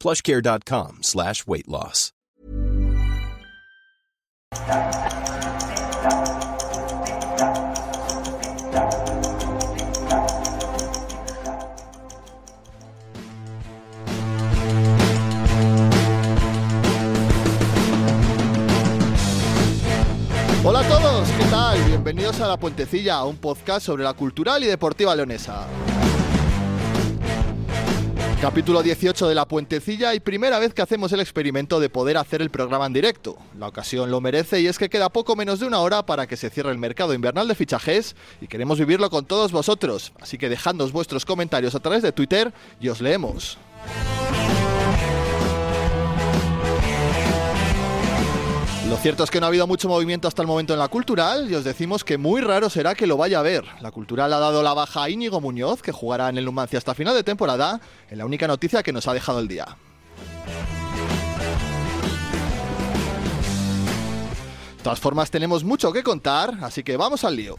plushcare.com slash weight loss. Hola a todos, ¿qué tal? Bienvenidos a La Puentecilla, un podcast sobre la cultural y deportiva leonesa. Capítulo 18 de La Puentecilla y primera vez que hacemos el experimento de poder hacer el programa en directo. La ocasión lo merece y es que queda poco menos de una hora para que se cierre el mercado invernal de fichajes y queremos vivirlo con todos vosotros, así que dejadnos vuestros comentarios a través de Twitter y os leemos. Lo cierto es que no ha habido mucho movimiento hasta el momento en la cultural y os decimos que muy raro será que lo vaya a ver. La cultural ha dado la baja a Íñigo Muñoz, que jugará en el Numancia hasta final de temporada, en la única noticia que nos ha dejado el día. De todas formas, tenemos mucho que contar, así que vamos al lío.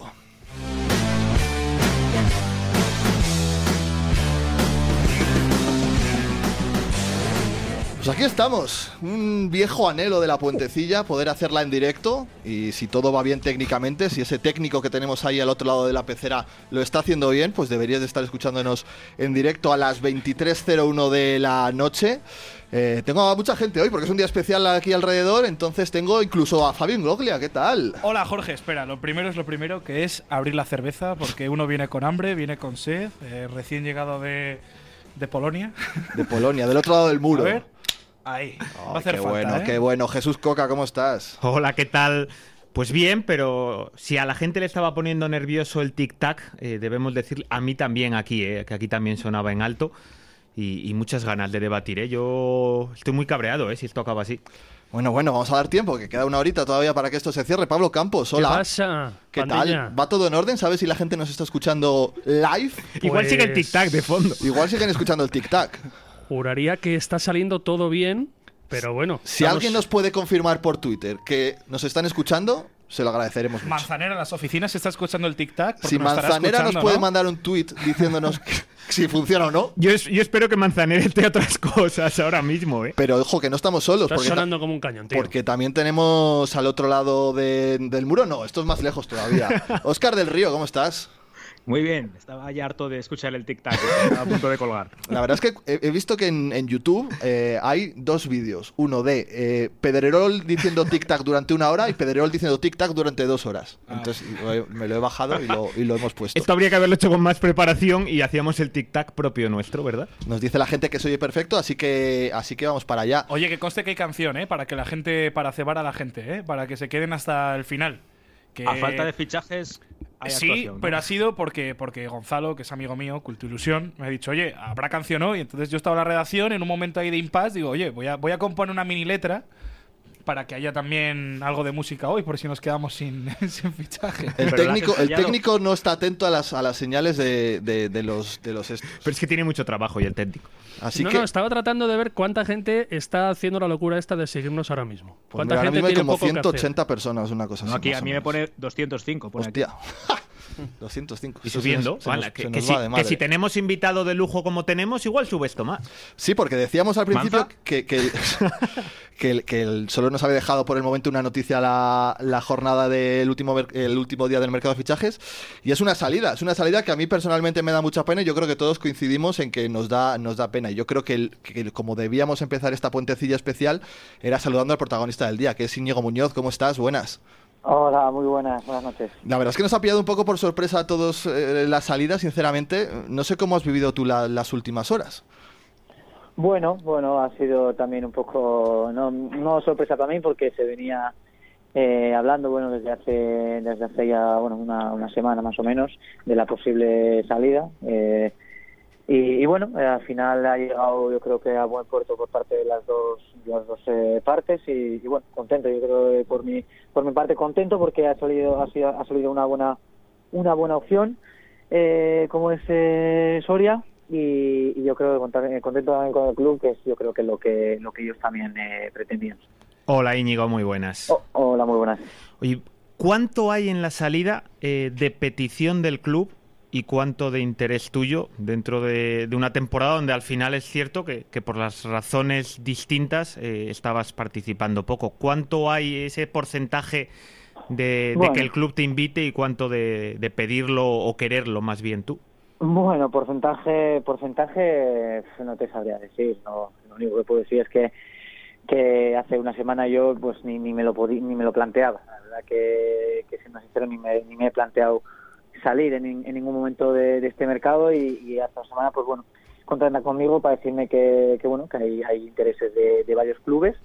Pues aquí estamos, un viejo anhelo de la puentecilla, poder hacerla en directo y si todo va bien técnicamente, si ese técnico que tenemos ahí al otro lado de la pecera lo está haciendo bien, pues deberías de estar escuchándonos en directo a las 23.01 de la noche. Eh, tengo a mucha gente hoy porque es un día especial aquí alrededor, entonces tengo incluso a Fabián Gloglia, ¿qué tal? Hola Jorge, espera, lo primero es lo primero, que es abrir la cerveza, porque uno viene con hambre, viene con sed, eh, recién llegado de, de Polonia. De Polonia, del otro lado del muro. A ver, ahí, va a Ay, hacer qué falta, bueno, ¿eh? qué bueno. Jesús Coca, ¿cómo estás? Hola, ¿qué tal? Pues bien, pero si a la gente le estaba poniendo nervioso el tic-tac, eh, debemos decir a mí también aquí, eh, que aquí también sonaba en alto. Y, y muchas ganas de debatir. ¿eh? Yo estoy muy cabreado eh, si esto acaba así. Bueno, bueno, vamos a dar tiempo, que queda una horita todavía para que esto se cierre. Pablo Campos, hola. ¿Qué pasa? ¿Qué pandilla? tal? ¿Va todo en orden? ¿Sabes si la gente nos está escuchando live? Igual sigue el Pues- tic-tac de fondo. Igual siguen escuchando el tic-tac. Juraría que está saliendo todo bien, pero bueno. Si estamos- alguien nos puede confirmar por Twitter que nos están escuchando, se lo agradeceremos mucho. Manzanera en las oficinas está escuchando el tic-tac. porque si nos estará Manzanera nos escuchando, puede ¿no? mandar un tweet diciéndonos que- si funciona o no. Yo, es- yo espero que Manzanera esté a otras cosas ahora mismo. ¿eh? Pero ojo, que no estamos solos. Estás Porque, ta- sonando como un cañón, tío. porque también tenemos al otro lado de- del muro. No, esto es más lejos todavía. Oscar del Río, ¿cómo estás? Muy bien, estaba ya harto de escuchar el tic-tac, ¿eh? estaba a punto de colgar. La verdad es que he he visto que en, en YouTube eh, hay dos vídeos. Uno de eh, Pedrerol diciendo tic-tac durante una hora y Pedrerol diciendo tic-tac durante dos horas. Ah. Entonces y lo he- me lo he bajado y lo, y lo hemos puesto. Esto habría que haberlo hecho con más preparación y hacíamos el tic-tac propio nuestro, ¿verdad? Nos dice la gente que soy perfecto, así que, así que vamos para allá. Oye, que conste que hay canción, ¿eh? Para que la gente, para cebar a la gente, ¿eh? Para que se queden hasta el final. Que... Eh, A falta de fichajes, hay Sí, actuación, ¿no? pero ha sido porque, porque Gonzalo, que es amigo mío, Cultuilusión, me ha dicho, oye, habrá canción hoy. Entonces yo estaba en la redacción, en un momento ahí de impasse, digo, oye, voy a, voy a componer una mini letra para que haya también algo de música hoy, por si nos quedamos sin, sin fichaje. Pero El la has técnico, el ensayado. técnico no está atento a las, a las señales de, de- de los, de los estos. Pero es que tiene mucho trabajo y el técnico. Así no, que pues no, estaba tratando de ver cuánta gente está haciendo la locura esta de seguirnos ahora mismo. pues ¿Cuánta mira, ahora gente mismo hay tiene como poco que hacer? 180 personas, una cosa No, así. aquí más a o mí me menos. pone 205 por aquí. Hostia. 205. Y Eso subiendo. se nos- se Ala, nos- que, se que nos si, va de que madre. si tenemos invitado de lujo como tenemos, igual sube esto más. Sí, porque decíamos al principio ¿Manza? que, que, que el, que el- solo nos había dejado por el momento una noticia la, la jornada del último, mer- el último día del mercado de fichajes. Y es una salida, es una salida que a mí personalmente me da mucha pena y yo creo que todos coincidimos en que nos da, nos da pena. Y yo creo que, el- que el- como debíamos empezar esta puentecilla especial, era saludando al protagonista del día, que es Íñigo Muñoz. ¿Cómo estás? Buenas. Hola, muy buenas, buenas noches. La verdad es que nos ha pillado un poco por sorpresa a todos eh, la salida, sinceramente. No sé cómo has vivido tú la- las últimas horas. Bueno, bueno, ha sido también un poco, no, no sorpresa para mí porque se venía eh, hablando, bueno, desde hace, desde hace ya, bueno, una, una semana más o menos de la posible salida. eh, y, y bueno, eh, al final ha llegado, yo creo que a buen puerto por parte de las dos, las dos eh, partes y, y bueno, contento, yo creo que por mi, por mi parte contento porque ha salido, ha sido, ha salido una buena, una buena opción. eh, como es eh, Soria y, y yo creo que contar- eh, contento también con el club que es yo creo que lo que lo que ellos también eh, pretendían. Hola Íñigo, muy buenas. Oh, hola, muy buenas. Oye, ¿cuánto hay en la salida eh, de petición del club y cuánto de interés tuyo dentro de, de una temporada donde al final es cierto que, que por las razones distintas eh, estabas participando poco? ¿Cuánto hay ese porcentaje de, de Bueno. que el club te invite y cuánto de, de pedirlo o quererlo más bien tú? Bueno, porcentaje, porcentaje eh, no te sabría decir. No, lo único que puedo decir es que que hace una semana yo pues ni, ni me lo podí- ni me lo planteaba. La verdad que, que siendo sincero ni me, ni me he planteado salir en, nin- en ningún momento de, de este mercado y, y hace una semana pues bueno contactan conmigo para decirme que, que, bueno que hay, hay intereses de, de varios clubes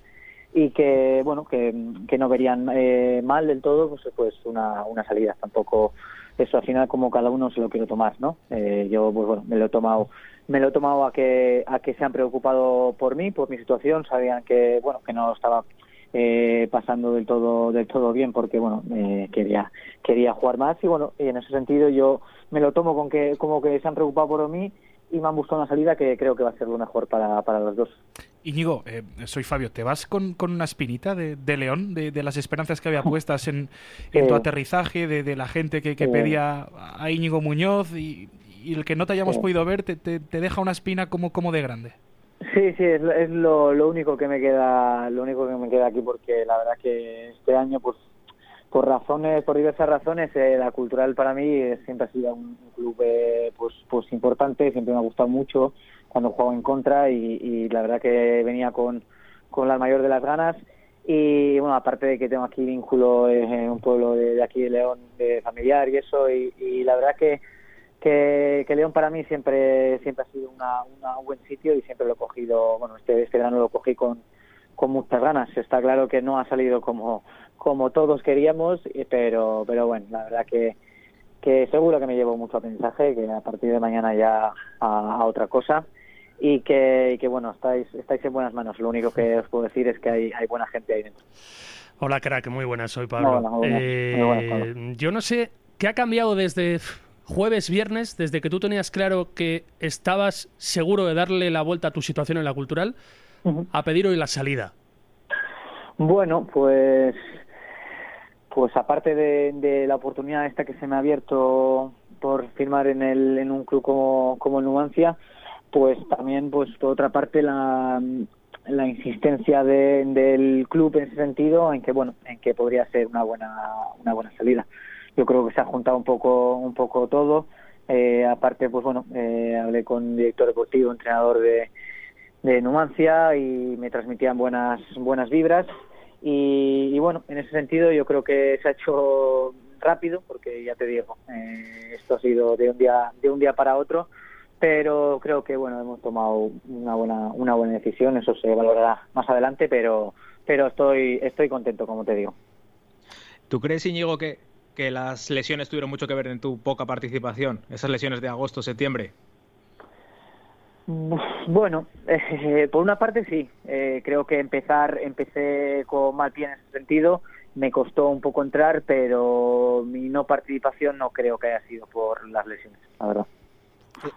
y que bueno que, que no verían eh, mal del todo pues pues una, una salida tampoco eso al final como cada uno se lo quiere tomar no Eh, yo pues bueno me lo he tomado me lo he tomado a que a que se han preocupado por mí por mi situación sabían que bueno que no estaba eh, pasando del todo del todo bien porque bueno eh, quería quería jugar más y bueno y en ese sentido yo me lo tomo con que como que se han preocupado por mí y me han buscado una salida que creo que va a ser lo mejor para, para los dos Íñigo, eh, soy Fabio. ¿Te vas con, con una espinita de, de León, de, de las esperanzas que había puestas en, en tu Eh. aterrizaje, de, de la gente que, que Eh. pedía a Íñigo Muñoz y, y el que no te hayamos Eh. podido ver te, te- te deja una espina como, como de grande? Sí, sí, es, lo- es lo, lo único que me queda, lo único que me queda aquí porque la verdad que este año, pues, por razones, por diversas razones, eh, la cultural para mí eh, siempre ha sido un, un club, eh, pues, pues importante, siempre me ha gustado mucho cuando juego en contra y, y la verdad que venía con, con la mayor de las ganas y bueno, aparte de que tengo aquí vínculo eh, en un pueblo de, de aquí de León, de familiar y eso y, y la verdad que que, que León para mí siempre siempre ha sido una, una- un buen sitio y siempre lo he cogido, bueno, este, este verano lo cogí con, con muchas ganas. Está claro que no ha salido como, como todos queríamos, eh, pero, pero bueno, la verdad que, que seguro que me llevo mucho aprendizaje, que a partir de mañana ya a, a otra cosa. Y que, y que bueno, estáis, estáis en buenas manos. Lo único que os puedo decir es que hay, hay buena gente ahí dentro. Hola, crack, muy buenas, soy Pablo. Hola, hola. Eh, Muy buenas, Pablo. Yo no sé qué ha cambiado desde pf, jueves, viernes, desde que tú tenías claro que estabas seguro de darle la vuelta a tu situación en la cultural, a pedir hoy la salida. Bueno, pues pues aparte de, de la oportunidad esta que se me ha abierto por firmar en el en un club como como el Numancia, pues también pues por otra parte la la insistencia de- del club en ese sentido en que bueno en que podría ser una buena una buena salida yo creo que se ha juntado un poco un poco todo Eh, aparte pues bueno eh, hablé con director deportivo entrenador de, de Numancia y me transmitían buenas buenas vibras y, y bueno en ese sentido yo creo que se ha hecho rápido porque ya te digo eh, esto ha sido de un día de un día para otro pero creo que bueno hemos tomado una buena una buena decisión eso se valorará más adelante pero pero estoy estoy contento como te digo ¿Tú crees, Íñigo, que, que las lesiones tuvieron mucho que ver en tu poca participación? Esas lesiones de agosto, septiembre. Bueno, eh, por una parte sí, eh, creo que empezar, empecé con mal pie en ese sentido, me costó un poco entrar, pero mi no participación no creo que haya sido por las lesiones, la verdad.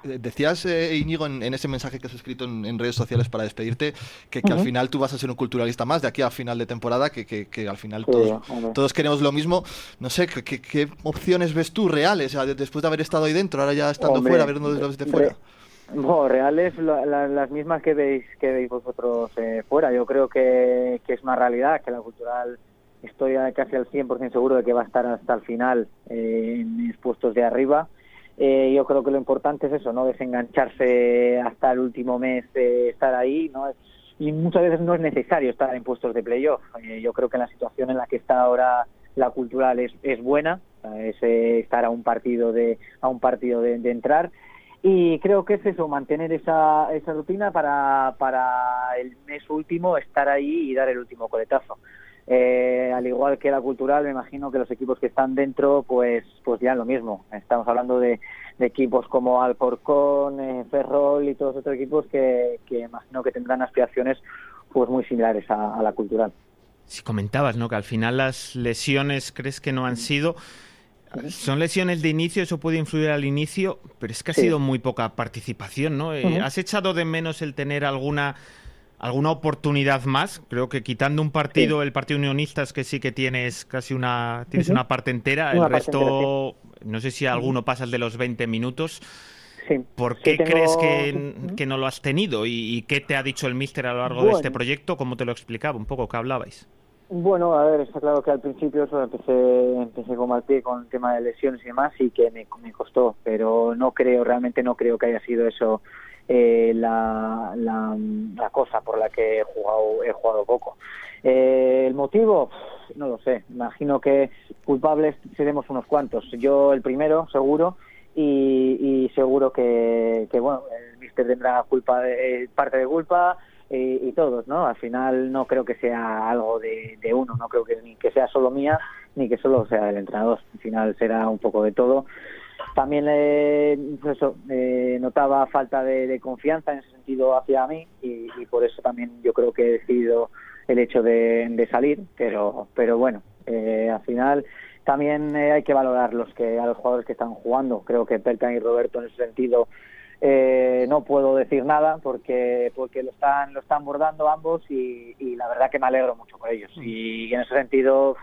Eh, Decías, eh, Íñigo, en, en ese mensaje que has escrito en, en redes sociales para despedirte, que, que al final tú vas a ser un culturalista más de aquí a final de temporada, que, que- que al final Sí, todos, hombre. todos queremos lo mismo. No sé, ¿qué, qué- qué opciones ves tú reales O sea, de- después de haber estado ahí dentro, ahora ya estando Hombre, fuera, viendo desde re- fuera? No, reales la- la- las mismas que veis que veis vosotros eh, fuera. Yo creo que, que es una realidad, que la cultural estoy a- casi al 100% seguro de que va a estar hasta el final eh, en mis puestos de arriba. Eh, yo creo que lo importante es eso, no desengancharse hasta el último mes de estar ahí, ¿no? Y muchas veces no es necesario estar en puestos de playoff. Eh, yo creo que la situación en la que está ahora la cultural es, es buena, o sea, es eh, estar a un partido de a un partido de- de entrar y creo que es eso, mantener esa, esa rutina para, para el mes último estar ahí y dar el último coletazo. Eh, al igual que la cultural, me imagino que los equipos que están dentro, pues, pues ya lo mismo. Estamos hablando de, de equipos como Alcorcón, eh, Ferrol y todos otros equipos que, que imagino que tendrán aspiraciones pues muy similares a, a la cultural. Si comentabas, ¿no? Que al final las lesiones crees que Mm. no han sido. Son lesiones de inicio, eso puede influir al inicio, pero es que ha Sí. sido muy poca participación, ¿no? Eh, Ujú. ¿Has echado de menos el tener alguna alguna oportunidad más? Creo que quitando un partido, el partido unionista es que sí que tienes casi una tienes una parte Una entera, el parte resto no sé si alguno pasas de los 20 minutos. Sí. ¿Por Sí, qué tengo- crees que, Ujú. que no lo has tenido? ¿Y, y qué te ha dicho el míster a lo largo de Bueno. este proyecto? ¿Cómo te lo explicaba un poco? ¿Qué hablabais? Bueno, a ver, está claro que al principio solo empecé, empecé con mal pie con el tema de lesiones y demás y que me, me costó, pero no creo, realmente no creo que haya sido eso eh, la, la, la cosa por la que he jugado, he jugado poco. Eh, ¿El motivo? Pff, No lo sé, imagino que culpables seremos unos cuantos, yo el primero seguro y, y seguro que, que, bueno, el míster tendrá culpa de- eh, parte de culpa y, y todos, ¿no? Al final no creo que sea algo de, de uno, no creo que ni que sea solo mía ni que solo sea del entrenador. Al final será un poco de todo. También eh, pues eso, eh, notaba falta de, de confianza en ese sentido hacia mí y, y por eso también yo creo que he decidido el hecho de, de salir, pero, pero bueno, eh, al final también eh, hay que valorar los que, a los jugadores que están jugando. Creo que Perkan y Roberto en ese sentido eh, no puedo decir nada porque porque lo están lo están bordando ambos y, y la verdad que me alegro mucho por ellos y en ese sentido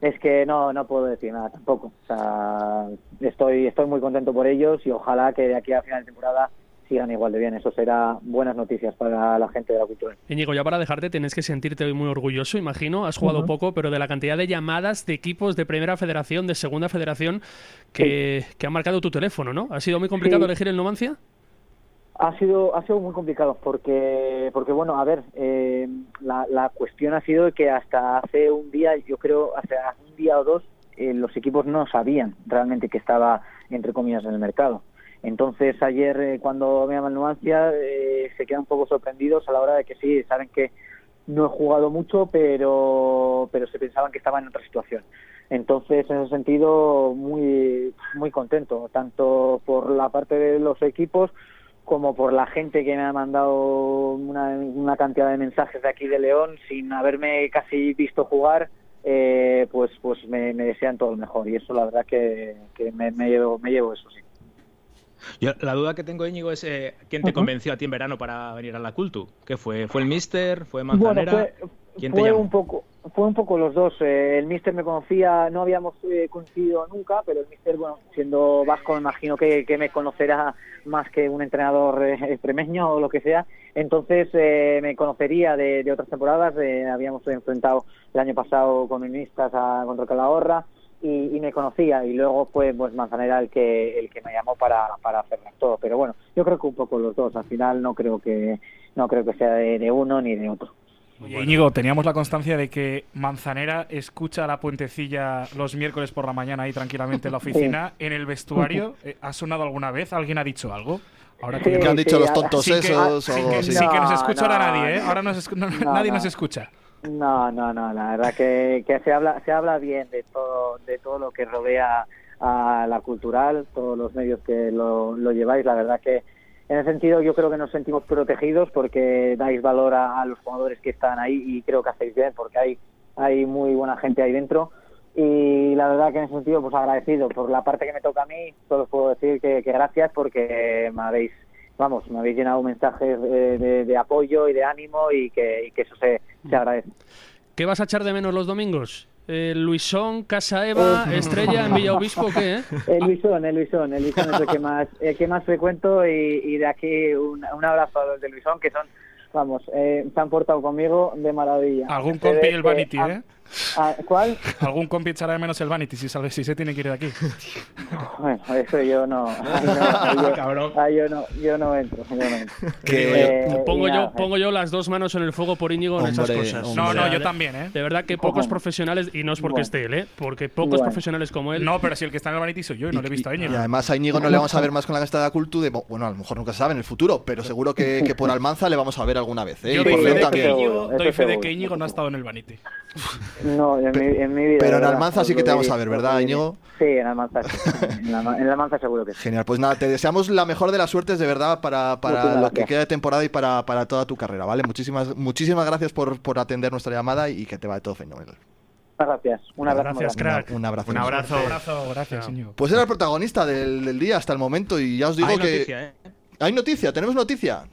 es que no no puedo decir nada tampoco o sea, estoy estoy muy contento por ellos y ojalá que de aquí a final de temporada sigan igual de bien eso será buenas noticias para la gente de la cultura Íñigo, ya para dejarte, tienes que sentirte hoy muy orgulloso, imagino. Has jugado poco, pero de la cantidad de llamadas de equipos de Primera Federación, de Segunda Federación, que, que han marcado tu teléfono, ¿no? ¿Ha sido muy complicado Sí. elegir el Numancia? Ha sido, ha sido muy complicado porque, porque bueno, a ver, eh, la, la cuestión ha sido que hasta hace un día, yo creo, hasta un día o dos, eh, los equipos no sabían realmente que estaba, entre comillas, en el mercado. Entonces, ayer, eh, cuando me llaman Numancia, eh, se quedan un poco sorprendidos a la hora de que sí, saben que no he jugado mucho, pero, pero se pensaban que estaba en otra situación. Entonces, en ese sentido, muy, muy contento, tanto por la parte de los equipos como por la gente que me ha mandado una, una cantidad de mensajes de aquí de León sin haberme casi visto jugar, eh, pues pues me, me desean todo lo mejor y eso la verdad que, que me, me llevo me llevo eso sí. Yo, la duda que tengo, Íñigo, es eh, quién te convenció a ti en verano para venir a la Cultu. ¿Qué fue? ¿Fue el Mister? ¿Fue Manzanera? ¿Quién te fue llamó? un poco fue un poco los dos eh, el míster me conocía no habíamos eh, coincidido nunca pero el míster bueno siendo vasco me imagino que, que me conocerá más que un entrenador eh, extremeño o lo que sea entonces eh, me conocería de, de otras temporadas eh, habíamos enfrentado el año pasado con Ministas a, contra Calahorra y, y me conocía y luego fue pues Manzanera el que el que me llamó para para hacerlo todo pero bueno yo creo que un poco los dos al final no creo que no creo que sea de- de uno ni de otro Oye, Íñigo, teníamos la constancia de que Manzanera escucha a la puentecilla los miércoles por la mañana ahí tranquilamente en la oficina, en el vestuario. Eh, ¿Ha sonado alguna vez? ¿Alguien ha dicho algo? Ahora Sí, ¿Qué han dicho los a- tontos sin que, ah, esos o sin algo que- así? sin que nos No, escuchara no, nadie, ¿eh? no. Ahora nos escu- no- No, nadie no. nos escucha. No, no, no, la verdad que, que se habla se habla bien de todo de todo lo que rodea a la cultural, todos los medios que lo, lo lleváis, la verdad que En ese sentido, yo creo que nos sentimos protegidos porque dais valor a, a los jugadores que están ahí y creo que hacéis bien porque hay, hay muy buena gente ahí dentro. Y la verdad que en ese sentido, pues agradecido. Por la parte que me toca a mí, solo os puedo decir que, que gracias porque me habéis, vamos, me habéis llenado mensajes eh, de, de, apoyo y de ánimo y que, y que eso se, se agradece. ¿Qué vas a echar de menos los domingos? Eh, Luisón, Casa Eva, eh, Estrella en Villaobispo, ¿qué? Eh? El Luisón, el Luisón, el Luisón es el que más, el que más frecuento y, y de aquí un, un, abrazo a los de Luisón que son, vamos, eh, se han portado conmigo de maravilla. Algún compi el Vanity, a, ¿eh? A, ¿Cuál? Algún compi echará de menos el Vanity si, sale, si se tiene que ir de aquí. Bueno, eso yo no. Ahí no, Ah, ahí yo, ahí yo, no yo no entro. Yo no entro. Que, eh, pongo, nada, yo, eh. pongo yo las dos manos en el fuego por Íñigo en esas cosas. Hombre. No, no, yo también, ¿eh? De verdad que pocos Ojo. profesionales, y no es porque bueno. esté él, ¿eh? Porque pocos bueno. profesionales como él. No, pero si el que está en el Vanity soy yo y no le he visto a Íñigo. Y además a Íñigo no le vamos a ver más con la casta de Cultu. De, bueno, a lo mejor nunca se sabe en el futuro, pero seguro que, que por Almanza le vamos a ver alguna vez. ¿eh? Yo doy fe, de que, Íñigo, doy fe de que Íñigo no ha estado en el Vanity. No, en mi, en mi vida. Pero en Almanza sí que te vamos a ver, ¿verdad, Íñigo? Sí, en Almanza. Sí. en, la, en la manza seguro que sí. Genial, pues nada, te deseamos la mejor de las suertes, de verdad, para, para lo que queda de temporada y para, para, toda tu carrera, ¿vale? Muchísimas, muchísimas gracias por, por atender nuestra llamada y que te vaya todo fenomenal. Gracias. Un abrazo. Gracias, crack. Un abrazo. Pues, Un abrazo. Un abrazo. Gracias, señor. Pues era el protagonista del, del, día hasta el momento y ya os digo Hay que. Noticia, ¿eh? Hay noticia, tenemos noticia.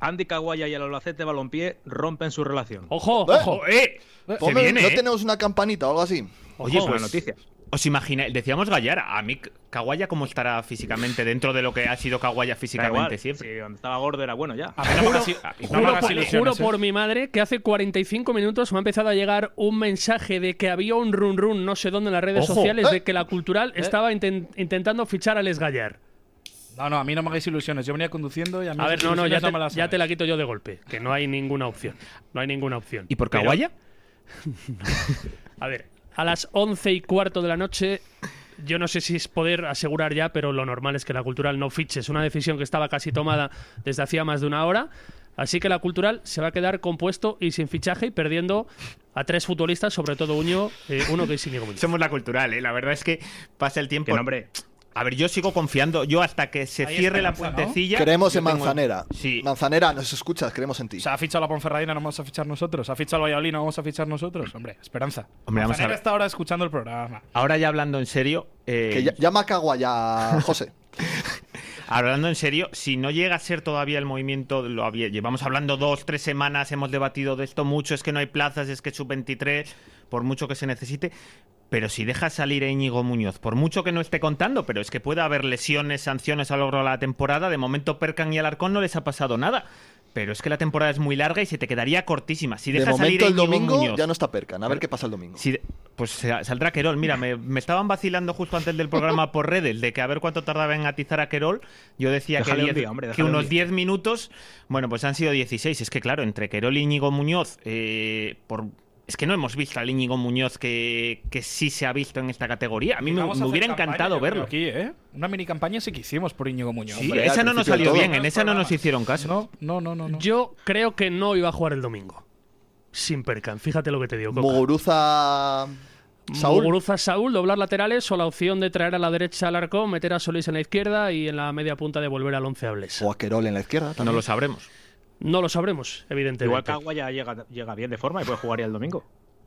Andy Caguaya y el Albacete Balompié rompen su relación. ¡Ojo! ¿Eh? ¡Ojo! ¡Eh! Ponme, viene, ¿No eh? tenemos una campanita o algo así? Oye, buena pues, noticia. ¿Os imagináis? Decíamos Gallara. A mí, Kawaya, ¿cómo estará físicamente dentro de lo que ha sido Kawaya físicamente igual, siempre? Si cuando estaba gordo era bueno ya. A ver, juro, así, ah, a juro, no por, juro, ¿eh? por, mi madre que hace 45 minutos me ha empezado a llegar un mensaje de que había un run run no sé dónde en las redes Ojo, sociales ¿eh? de que la cultural ¿eh? estaba intent intentando fichar a Les Gallar. No, no, a mí no me hagáis ilusiones. Yo venía conduciendo y a mí A ver, no, no, ya, no te, me ya te la quito yo de golpe. Que no hay ninguna opción. No hay ninguna opción. ¿Y por Kawaya? a ver, a las once y cuarto de la noche. Yo no sé si es poder asegurar ya, pero lo normal es que la cultural no fiche. Es una decisión que estaba casi tomada desde hacía más de una hora. Así que la cultural se va a quedar compuesto y sin fichaje y perdiendo a tres futbolistas, sobre todo Uño, eh, uno que es Íñigo Somos la cultural, ¿eh? la verdad es que pasa el tiempo. Que nombre. A ver, yo sigo confiando. Yo hasta que se Ahí cierre la puentecilla. ¿no? Creemos en Manzanera. Tengo... Sí. Manzanera, nos escuchas, creemos en ti. O sea, ha fichado la Ponferradina, no vamos a fichar nosotros. Ha fichado el Valladolid, no vamos a fichar nosotros. Hombre, esperanza. Hombre, Manzanera vamos a está ahora escuchando el programa. Ahora ya hablando en serio. Eh... Que ya, llama a Caguaya, José. Hablando en serio, si no llega a ser todavía el movimiento, lo había, llevamos hablando dos, tres semanas, hemos debatido de esto mucho, es que no hay plazas, es que sub-23, por mucho que se necesite, pero si deja salir a Íñigo Muñoz, por mucho que no esté contando, pero es que puede haber lesiones, sanciones a lo largo de la temporada, de momento Percan y Alarcón no les ha pasado nada. Pero es que la temporada es muy larga y se te quedaría cortísima. Si deja de salir momento, a el domingo Muñoz, ya no está Percan. A ver qué pasa el domingo. Si de, pues saldrá Querol. Mira, me, me, estaban vacilando justo antes del programa por redes de que a ver cuánto tardaba en atizar a Querol. Yo decía que, diez, día, hombre, que, unos 10 minutos. Bueno, pues han sido 16. Es que claro, entre Querol y Íñigo Muñoz, eh, por, es que no hemos visto al Íñigo Muñoz que, que, sí se ha visto en esta categoría. A mí Vamos me, me a hubiera campaña, encantado verlo. Aquí, ¿eh? Una mini campaña sí que hicimos por Íñigo Muñoz. Sí, Hombre, esa no nos salió bien, en esa programas. no nos hicieron caso. No, no, no, no, no, Yo creo que no iba a jugar el domingo. Sin percan, fíjate lo que te digo. Coca. Muguruza. Saúl. Muguruza Saúl, doblar laterales o la opción de traer a la derecha al arco, meter a Solís en la izquierda y en la media punta de volver al once hables. O a Querol en la izquierda. También. No lo sabremos. No lo sabremos, evidentemente. Igual Kawaya llega, llega bien de forma y puede jugar ya el domingo.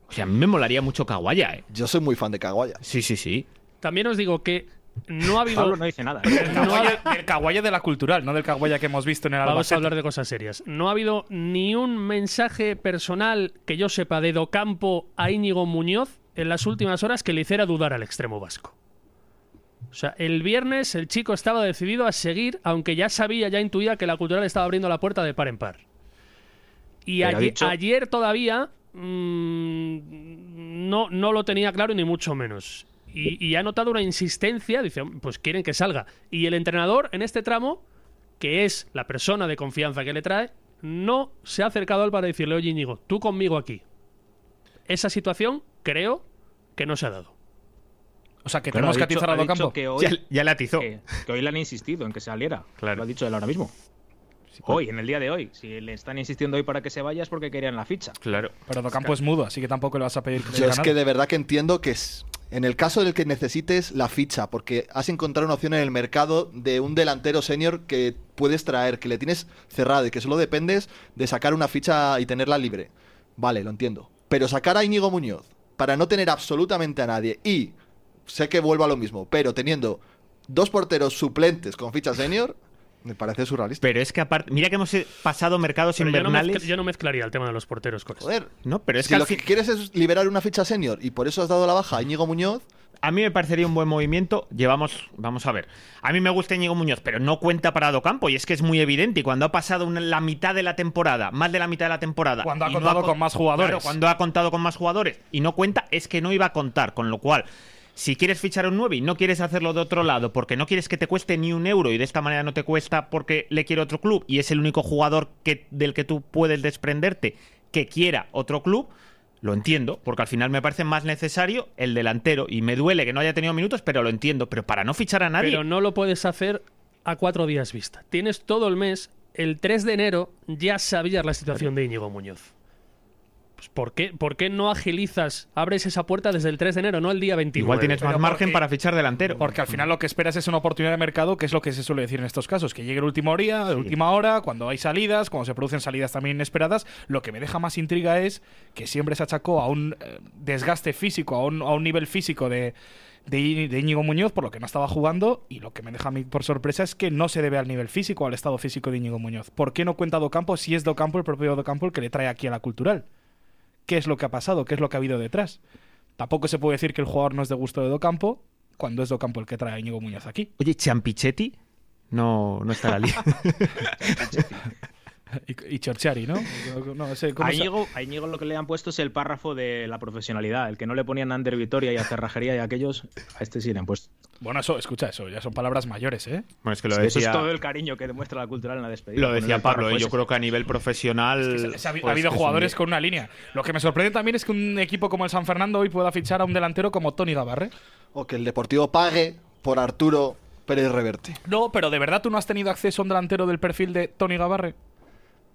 O sea, a mí me molaría mucho Kawaya, ¿eh? Yo soy muy fan de Kawaya. Sí, sí, sí. También os digo que no ha habido. Pablo no dice nada. El Kawaya, el Kawaya de la cultural, no del Kawaya que hemos visto en el Vamos Albacete. a hablar de cosas serias. No ha habido ni un mensaje personal que yo sepa de Docampo a Íñigo Muñoz en las últimas horas que le hiciera dudar al extremo vasco. O sea, el viernes el chico estaba decidido a seguir, aunque ya sabía, ya intuía que la cultural estaba abriendo la puerta de par en par. Y ayer, dicho... ayer todavía mmm, no, no lo tenía claro ni mucho menos. Y, y, ha notado una insistencia, dice, pues quieren que salga. Y el entrenador en este tramo, que es la persona de confianza que le trae, no se ha acercado a él para decirle, oye Íñigo, tú conmigo aquí. Esa situación creo que no se ha dado. O sea, que claro, tenemos que atizar a Docampo. Hoy, ya, ya, le atizó. Que, que, hoy le han insistido en que saliera. Claro. Lo ha dicho él ahora mismo. Sí, hoy, claro. en el día de hoy. Si le están insistiendo hoy para que se vaya es porque querían la ficha. Claro. Pero Docampo es, que... es mudo, así que tampoco le vas a pedir que Yo es que de verdad que entiendo que es en el caso del que necesites la ficha, porque has encontrado una opción en el mercado de un delantero senior que puedes traer, que le tienes cerrado y que solo dependes de sacar una ficha y tenerla libre. Vale, lo entiendo. Pero sacar a Íñigo Muñoz para no tener absolutamente a nadie y sé que vuelvo a lo mismo, pero teniendo dos porteros suplentes con ficha senior, me parece surrealista. Pero es que aparte, mira que hemos eh, pasado mercados Pero yo, no invernales. mezcla- yo no mezclaría el tema de los porteros con esto. Joder, No, pero es si que, al lo que fin- quieres es liberar una ficha senior y por eso has dado la baja a Íñigo Muñoz, a mí me parecería un buen movimiento. Llevamos, vamos a ver. A mí me gusta Íñigo Muñoz, pero no cuenta para Docampo y es que es muy evidente. Y cuando ha pasado una- la mitad de la temporada, más de la mitad de la temporada, Cuando ha y contado co- con más jugadores. Claro, cuando ha contado con más jugadores y no cuenta, es que no iba a contar. Con lo cual, si quieres fichar un 9 y no quieres hacerlo de otro lado porque no quieres que te cueste ni un euro y de esta manera no te cuesta porque le quiere otro club y es el único jugador que, del que tú puedes desprenderte que quiera otro club, lo entiendo, porque al final me parece más necesario el delantero y me duele que no haya tenido minutos, pero lo entiendo. Pero para no fichar a nadie, Pero no lo puedes hacer a cuatro días vista. Tienes todo el mes, el 3 de enero ya sabías la situación de Íñigo Muñoz. Pues, ¿por, qué, ¿Por qué no agilizas, abres esa puerta desde el 3 de enero, no el día 29? igual tienes más pero margen porque- para fichar delantero. Porque al final lo que esperas es una oportunidad de mercado, que es lo que se suele decir en estos casos, que llegue el último día, de última hora, cuando hay salidas, cuando se producen salidas también inesperadas. Lo que me deja más intriga es que siempre se achacó a un eh, desgaste físico, a un, a un nivel físico de, de, Í- de Íñigo Muñoz, por lo que no estaba jugando, y lo que me deja a mí por sorpresa es que no se debe al nivel físico, al estado físico de Íñigo Muñoz. ¿Por qué no cuenta Docampo si es Docampo el propio Docampo el que le trae aquí a la cultural? ¿Qué es lo que ha pasado? ¿Qué es lo que ha habido detrás? Tampoco se puede decir que el jugador no es de gusto de Docampo cuando es Docampo el que trae a Íñigo Muñoz aquí. Oye, Champichetti no, no está en la liga. Y, y Chorchari, ¿no? No sé cómo A se- Íñigo, a Íñigo lo que le han puesto es el párrafo de la profesionalidad. El que no le ponían a Ander Vitoria y a Cerrajería y a aquellos, a este sí le han puesto. Bueno, eso, escucha eso, ya son palabras mayores, ¿eh? bueno, es que lo Sí, Eso es decía, todo el cariño que demuestra la cultural en la despedida. lo Poner decía el Pablo, párrafo ¿eh? yo ese. creo que a nivel profesional. Se- se ha, habi- ha pues, habido es un jugadores lío. con una línea. Lo que me sorprende también es que un equipo como el San Fernando hoy pueda fichar a un delantero como Tony Gabarre. o que el Deportivo pague por Arturo Pérez Reverte. No, pero de verdad tú no has tenido acceso a un delantero del perfil de Tony Gabarre.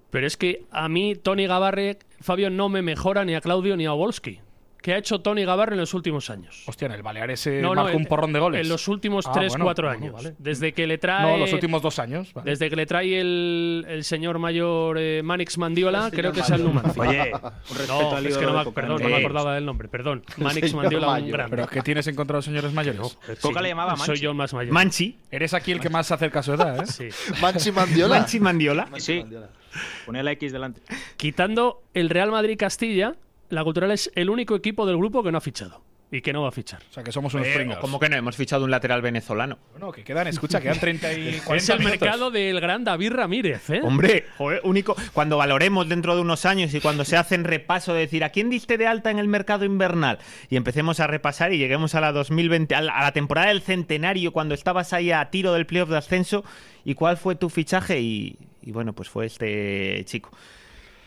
Pero es que a mí, Tony Gabarre, Fabio, no me mejora ni a Claudio ni a Wolski. ¿Qué ha hecho Tony Gabarre en los últimos años? Hostia, en el Baleares eh, No, no, marcó en- un porrón de goles. En los últimos Ah, 3-4 bueno, bueno, años. vale. Desde que le trae. No, los últimos dos años. vale. Desde que le trae el, el señor mayor eh, Manix Mandiola, creo que es al Numancia. Oye, un respeto No, al es ídolo que no de me, Coca, perdón, ¿no? no me Eh, acordaba del nombre, perdón. Manix señor Mandiola, un mayor. gran. Pero que tienes encontrado señores mayores. Coca le llamaba Soy Manchi. yo el más mayor. Manchi, Eres aquí el que más se acerca a su edad, ¿eh? Sí. Manchi Mandiola. Manchi Mandiola. Sí, ponía la X delante. Quitando el Real Madrid Castilla, la Cultural es el único equipo del grupo que no ha fichado y que no va a fichar. O sea, que somos unos Eh, pringados. ¿Cómo que no? Hemos fichado un lateral venezolano. Bueno, que quedan, escucha, quedan 30 y 40 Es el minutos. mercado del gran David Ramírez, ¿eh? Hombre, joder, único. Cuando valoremos dentro de unos años y cuando se hacen repaso de decir a quién diste de alta en el mercado invernal y empecemos a repasar y lleguemos a la 2020, a la, a la temporada del centenario, cuando estabas ahí a tiro del playoff de ascenso y cuál fue tu fichaje y, y bueno, pues fue este chico.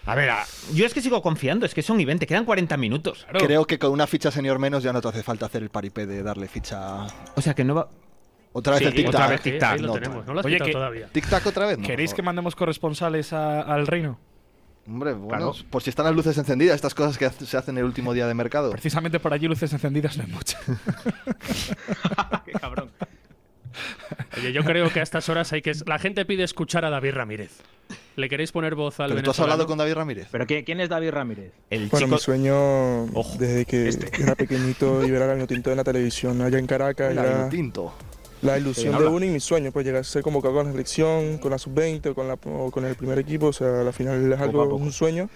A ver, a- yo es que sigo confiando, es que son y 20, quedan 40 minutos. Creo que con una ficha senior menos ya no te hace falta hacer el paripé de darle ficha. O sea que no va. Otra vez Sí, el tic-tac. otra vez Ahí- tic-tac. ahí lo No, tenemos, no lo has Oye, quitado que- todavía. ¿Tic-tac otra vez? No, ¿Queréis que por favor. mandemos corresponsales a- al reino? Hombre, bueno, Claro. por si están las luces encendidas, estas cosas que se hacen el último día de mercado. Precisamente por allí luces encendidas no hay muchas. Qué cabrón. Oye, yo creo que a estas horas hay que. La gente pide escuchar a David Ramírez. ¿Le queréis poner voz al Pero tú has venezolano? hablado con David Ramírez. ¿Pero quién, quién es David Ramírez? El Bueno, mi chico. sueño Ojo, desde que este. era pequeñito y ver a Gabino Tinto en la televisión allá en Caracas David era Tinto. Eh, la ilusión de habla. uno y mi sueño, pues llegar a ser convocado con la selección, con la sub-20 o, con la- o con el primer equipo, o sea, al final es Poco a algo, poco. un sueño.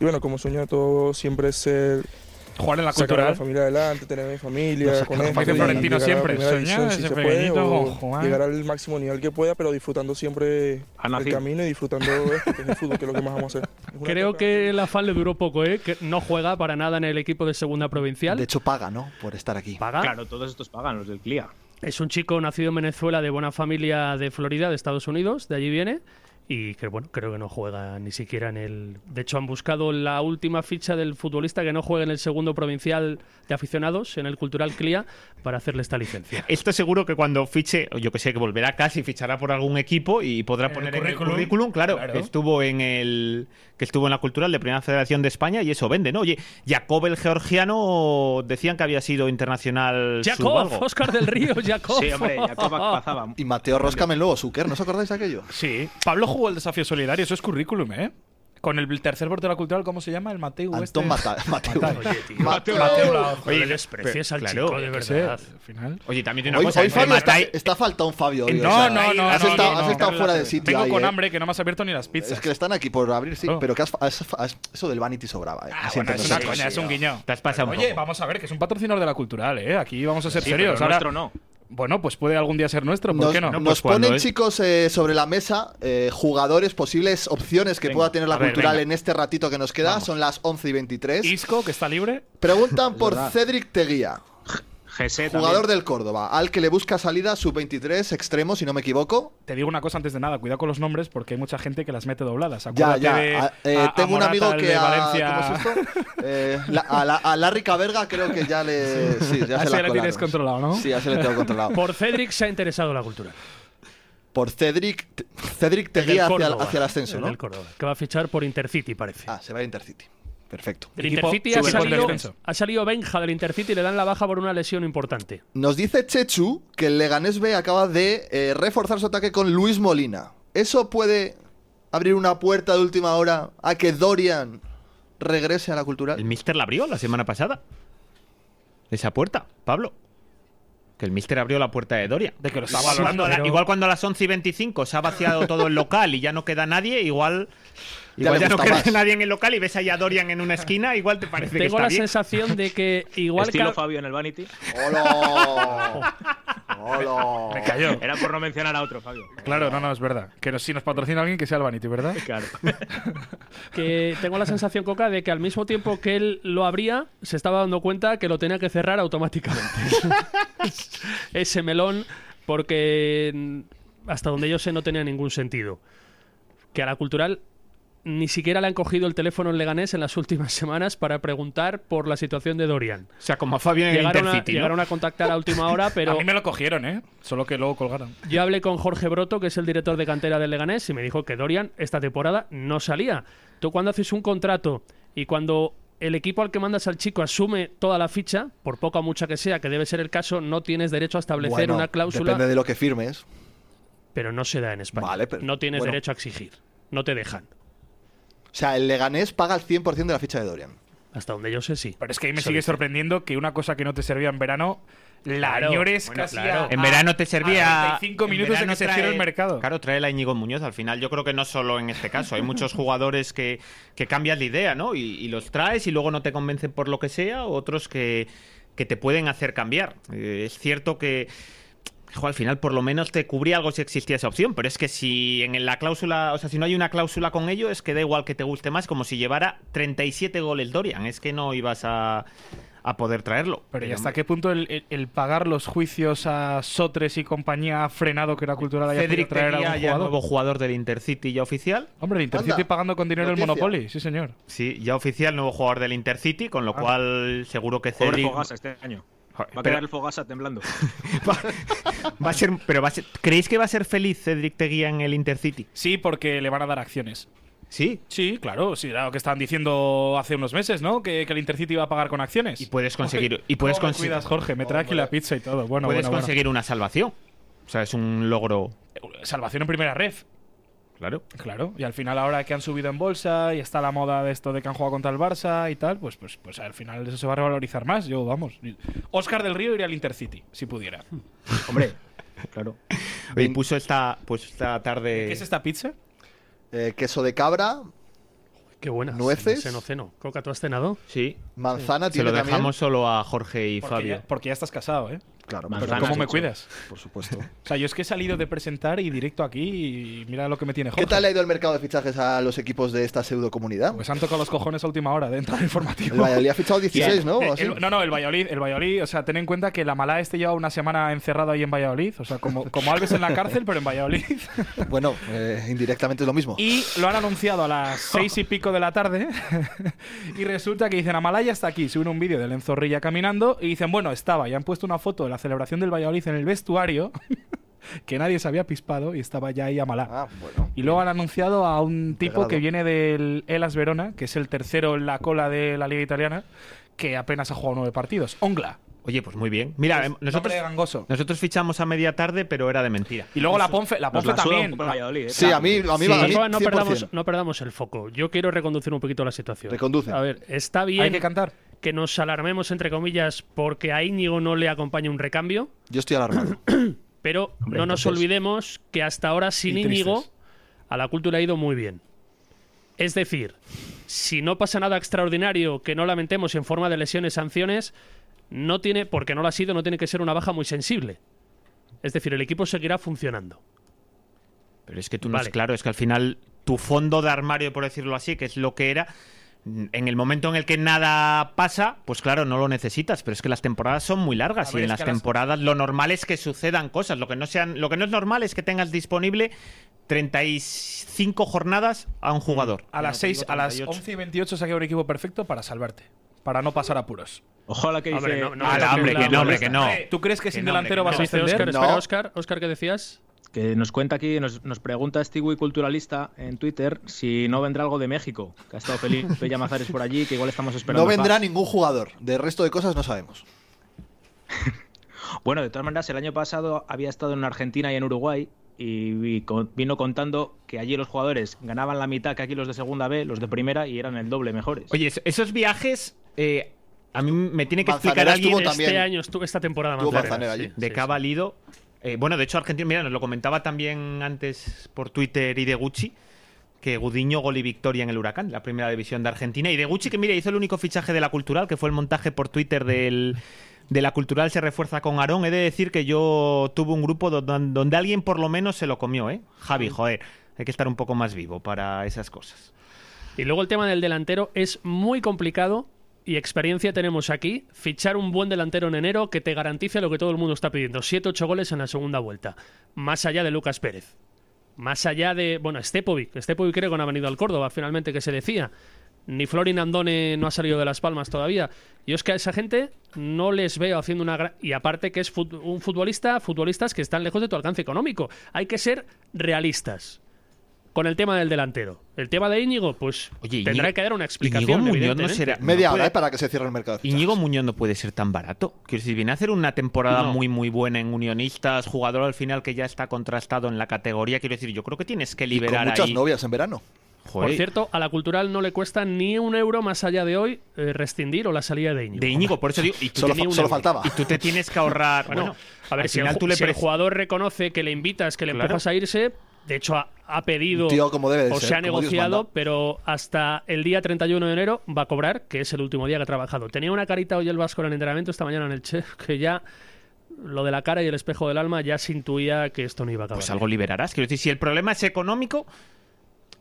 Y bueno, como sueño de todo siempre es ser Jugar en la sacar a la cultural. familia adelante, tener a mi Lo familia, saca- con como esto dice y Florentino llegar a la siempre, primera soñar división desde si se puede, pequeñito, o ojo, ¿eh? llegar al máximo nivel que pueda, pero disfrutando siempre Ha el nacido. camino y disfrutando esto, que es el fútbol, que es lo que más vamos a hacer. Es una Creo etapa- que el afán le duró poco, ¿eh? Que no juega para nada en el equipo de segunda provincial. De hecho, paga, ¿no? Por estar aquí. paga. Claro, todos estos pagan, los del CLIA. Es un chico nacido en Venezuela de buena familia de Florida, de Estados Unidos, de allí viene. y que bueno, creo que no juega ni siquiera en el. De hecho, han buscado la última ficha del futbolista que no juega en el segundo provincial de aficionados, en el Cultural Clia, para hacerle esta licencia. Esto seguro que cuando fiche, yo que sé, que volverá casi, fichará por algún equipo y podrá En el poner en el currículum, currículum, claro, claro. que estuvo en el que estuvo en la cultural de Primera Federación de España y eso vende, ¿no? Oye, Jacob el georgiano decían que había sido internacional Jacob, subalgo. Oscar del Río, Jacob. Sí, hombre, Jacob pasaba. Y Mateo Roscamen luego, Suker, ¿no os acordáis de aquello? Sí. Pablo jugó el desafío solidario, eso es currículum, ¿eh? Con el tercer portero cultural, ¿cómo se llama? El Mateo. Antón Mata- Mateu. Oye, tío. Mateu. este. Mateo Oye, Oye, desprecias al pero- chico, claro, de yo Sí, al verdad. final. Oye, también tiene Hoy, una cosa, ¿eh? hoy entre Fabio está, Matai- está falta un Fabio. hoy, No, o sea, no, no, Has no, estado, no, has no, estado no, fuera no, de sitio. Vengo ahí, con eh. hambre, que no me has abierto ni las pizzas. Es que están aquí por abrir, sí, Claro. pero que has- has- has- eso del Vanity sobraba. eh. Ah, Así bueno, entre es una nosotros. coña, es un guiño. Te has pasado un Oye, poco. vamos a ver, que es un patrocinador de la cultural, ¿eh? Aquí vamos a ser Sí, pero serios. el Ahora, nuestro no. Bueno, pues puede algún día ser nuestro, ¿por Nos, qué no? nos pues cuando ponen, es- chicos, eh, sobre la mesa eh, jugadores, posibles opciones que Venga, pueda tener la a ver, cultural venga. en este ratito que nos queda. Son las 11 y 23. Isco, que está libre. Preguntan por verdad. Cedric Teguía, GC jugador del Córdoba, al que le busca salida sub-23, extremo, si no me equivoco. Te digo una cosa antes de nada, cuidado con los nombres porque hay mucha gente que las mete dobladas. Ya, Acuérdate ya. de- A- eh, a- a tengo un Morata, amigo el que de a, Valencia. ¿cómo es esto? Eh, la- a, la- a Larry Caberga creo que ya le. Sí, ya A se ese la le tienes colaron. controlado, ¿no? Sí, ya se le tengo controlado. Por Cedric se ha interesado la cultura. Por Cedric, Cedric El del Teguía hacia, Córdoba. hacia el ascenso, El ¿no? del Córdoba, que va a fichar por Intercity, parece. Ah, se va a Intercity. Perfecto. El Equipo Intercity ha sube por salido, descenso. ha salido Benja del Intercity y le dan la baja por una lesión importante. Nos dice Chechu que el Leganés B acaba de eh, reforzar su ataque con Luis Molina. ¿Eso puede abrir una puerta de última hora a que Dorian regrese a la El cultural? Mister la abrió la semana pasada. Esa puerta, Pablo. Que el Mister abrió la puerta de Doria. De que lo está Igual cuando valorando. a la- pero- Igual cuando a las 11 y 25 se ha vaciado todo el local y ya no queda nadie, igual. Igual le ya, no gusta queda más. nadie en el local y ves ahí a Dorian en una esquina, igual te parece que Tengo está la bien. sensación de que igual Estilo ca- Fabio en el Vanity. ¡Hola! ¡Hola! Me cayó. Era por no mencionar a otro, Fabio. Claro, no, no, es verdad. Que nos- si nos patrocina alguien que sea el Vanity, ¿verdad? Claro. que tengo la sensación Coca de que al mismo tiempo que él lo abría se estaba dando cuenta que lo tenía que cerrar automáticamente. Ese melón porque mm, hasta donde yo sé no tenía ningún sentido. Que a la cultural ni siquiera le han cogido el teléfono en Leganés en las últimas semanas para preguntar por la situación de Dorian. O sea, como a Fabio en el Llegaron a, Intercity. ¿no? llegaron a contactar a última hora, pero A mí me lo cogieron, ¿eh? Solo que luego colgaron. yo hablé con Jorge Broto, que es el director de cantera del Leganés, y me dijo que Dorian esta temporada no salía. Tú cuando haces un contrato y cuando el equipo al que mandas al chico asume toda la ficha, por poca o mucha que sea, que debe ser el caso, no tienes derecho a establecer Bueno, una cláusula, Depende de lo que firmes. pero no se da en España. Vale, pero- no tienes bueno. derecho a exigir. No te dejan. O sea, el Leganés paga el 100% de la ficha de Dorian. Hasta donde yo sé, sí. Pero es que ahí me sigue sorprendiendo que una cosa que no te servía en verano, la Claro, añores bueno, casi claro. a- En verano te a servía. 45 en minutos de verano que se cierre trae- el mercado. Claro, trae la Íñigo Muñoz. Al final, yo creo que no solo en este caso. Hay muchos jugadores que, que cambian de idea, ¿no? Y, y los traes y luego no te convencen por lo que sea. Otros que, que te pueden hacer cambiar. Eh, es cierto que. jo, al final, por lo menos te cubría algo si existía esa opción, pero es que si en la cláusula, o sea, si no hay una cláusula con ello, es que da igual que te guste más, como si llevara 37 goles Dorian, es que no ibas a, a poder traerlo. Pero ¿y hasta qué punto el, el- el pagar los juicios a Sotres y compañía ha frenado que la cultura haya podido Cedric traer a Teguía, algún ya jugador? nuevo jugador del Intercity ya oficial. Hombre, el Intercity Anda, pagando con dinero noticia. el Monopoly, sí señor. Sí, ya oficial, nuevo jugador del Intercity, con lo Ah. cual seguro que Pobre Cedric Fogasa este año. Joder, Va a pero- quedar el Fogasa temblando. va, va a ser, pero va a ser, ¿creéis que va a ser feliz Cedric Teguía en el Intercity? Sí, porque le van a dar acciones. Sí. Sí, claro, sí, era lo que estaban diciendo hace unos meses, ¿no? Que, que el Intercity iba a pagar con acciones. Y puedes conseguir y puedes ¿Cómo me conseguir cuidas, Jorge, me trae aquí la pizza y todo. Bueno, puedes bueno, bueno. conseguir una salvación. O sea, es un logro, Salvación en primera red. claro. Claro, y al final ahora que han subido en bolsa y está la moda de esto de que han jugado contra el Barça y tal, pues pues pues al final eso se va a revalorizar más. Yo, vamos. Oscar del Río iría al Intercity, si pudiera. Hombre, claro. Oye, puso esta, pues esta tarde ¿Qué es esta pizza? Eh, queso de cabra, Qué buena. ¿Nueces? Seno, ceno. Coca, ¿tú has cenado? Sí. manzana, Se tiene lo dejamos también. solo a Jorge y Porque Fabio. ya, porque ya estás casado, ¿eh? Claro, Pero Manzanas, ¿cómo me sí. cuidas? por supuesto. O sea, yo es que he salido de presentar y directo aquí y mira lo que me tiene Jorge. ¿Qué tal le ha ido el mercado de fichajes a los equipos de esta pseudo comunidad? Pues han tocado los cojones a última hora de entrada informativa. El Valladolid ha fichado 16, ¿no? Eh, O así. el- no, no, el Valladolid, el Valladolid, o sea, ten en cuenta que la mala este lleva una semana encerrado ahí en Valladolid, o sea, como, como Alves en la cárcel, pero en Valladolid. Bueno, eh, indirectamente es lo mismo. Y lo han anunciado a las seis y pico de la tarde. y resulta que dicen, Amalaya está aquí. Suben un vídeo de Lenzo Rilla caminando y dicen, bueno, estaba. Y han puesto una foto de la celebración del Valladolid en el vestuario, que nadie se había pispado y estaba ya ahí Amalá. Ah, bueno. Y luego han anunciado a un tipo Pegado. que viene del Elas Verona, que es el tercero en la cola de la liga italiana, que apenas ha jugado nueve partidos. Ongla. Oye, pues muy bien. Mira, em, nosotros, Nombre de gangoso. nosotros fichamos a media tarde, pero era de mentira. Y luego la Ponfe, la Nos Ponfe la suda un también. poco el Valladolid, eh, Sí, claro. a mí, a mí Sí. va a mí No, no 100%. perdamos, no perdamos el foco. Yo quiero reconducir un poquito la situación. Reconduce. A ver, está Hay bien que que, cantar. nos alarmemos, entre comillas, porque a Íñigo no le acompaña un recambio, Yo estoy alarmado. pero Hombre, no nos entonces- olvidemos que hasta ahora sin Y tristes. Íñigo a la cultura ha ido muy bien. Es decir, si no pasa nada extraordinario que no lamentemos en forma de lesiones, sanciones, no tiene, porque no lo ha sido, no tiene que ser una baja muy sensible. Es decir, el equipo seguirá funcionando. Pero es que tú no Vale. es claro, es que al final tu fondo de armario, por decirlo así, que es lo que era, en el momento en el que nada pasa, pues claro, no lo necesitas, pero es que las temporadas son muy largas A ver, y es en las que las- temporadas lo normal es que sucedan cosas, lo que no sean, lo que no es normal es que tengas disponible 35 jornadas a un jugador. A las, seis, a las 11 y 28 se ha quedado un equipo perfecto para salvarte. Para no pasar apuros. Ojalá que dice. Hombre, no- no Ah, me toques hombre, la que no, hombre, boleta. que no. Eh, ¿Tú crees que sin no, hombre, delantero que vas no. a Dice Óscar, ascender? No. espera, Óscar, Óscar, ¿qué decías? Que nos cuenta aquí, nos, nos pregunta Stewie Culturalista en Twitter si no vendrá algo de México. Que ha estado Felipe Llamazares por allí, que igual estamos esperando. No vendrá paz. ningún jugador. De resto de cosas no sabemos. Bueno, de todas maneras, el año pasado había estado en Argentina y en Uruguay y, vi- con- vino contando que allí los jugadores ganaban la mitad que aquí los de segunda B, los de primera, y eran el doble mejores. Oye, es- esos viajes eh, a mí me tiene que explicar Manzanera alguien estuvo este también. año estuvo esta temporada Estuvo Manzanera, Manzanera sí, allí. de sí, qué ha valido. eh, bueno, de hecho, Argentina, mira, nos lo comentaba también antes por Twitter y de Gucci, que Gudiño gol y victoria en el Huracán, la primera división de Argentina. Y de Gucci, que mira, hizo el único fichaje de la cultural, que fue el montaje por Twitter del. De la cultural se refuerza con Aarón. He de decir que yo tuve un grupo do- don- donde alguien por lo menos se lo comió, ¿eh? Javi, Mm. joder, hay que estar un poco más vivo para esas cosas. sí. Y luego el tema del delantero es muy complicado y experiencia tenemos aquí. Fichar un buen delantero en enero que te garantice lo que todo el mundo está pidiendo: 7-8 goles en la segunda vuelta. Más allá de Lucas Pérez. Más allá de. Bueno, Stepovic. Stepovic creo que no ha venido al Córdoba, finalmente, que se decía. Ni Florin Andone no ha salido de Las Palmas todavía. Yo es que a esa gente no les veo haciendo una... gra- Y aparte que es fut- un futbolista, futbolistas que están lejos de tu alcance económico. Hay que ser realistas con el tema del delantero. El tema de Íñigo, pues Oye, tendrá Íñigo- que dar una explicación, Íñigo Muñoz no evidentemente. será. no Media puede- hora ¿eh? para que se cierre el mercado. de fichajes. Íñigo Muñoz no puede ser tan barato. Quiero decir, viene a hacer una temporada No. muy, muy buena en Unionistas, jugador al final que ya está contrastado en la categoría. Quiero decir, yo creo que tienes que Y con liberar muchas ahí. novias en verano. Joder, Por cierto, a la cultural no le cuesta ni un euro más allá de hoy eh, rescindir o la salida de Íñigo. de Íñigo, por eso digo. Y tú, Solo, te- fa- un solo euro. faltaba. y tú te tienes que ahorrar. Bueno, bueno, a ver, al si, el, final ju- tú le si el pres- jugador reconoce que le invitas, que le Claro. empujas a irse, de hecho ha, ha pedido Un tío como debe de o ser, se ha como Dios negociado, manda. pero hasta el día 31 de enero va a cobrar, que es el último día que ha trabajado. Tenía una carita hoy el Vasco en el entrenamiento esta mañana en el Che, que ya lo de la cara y el espejo del alma ya se intuía que esto no iba a acabar. Pues algo liberarás. Quiero decir, si el problema es económico,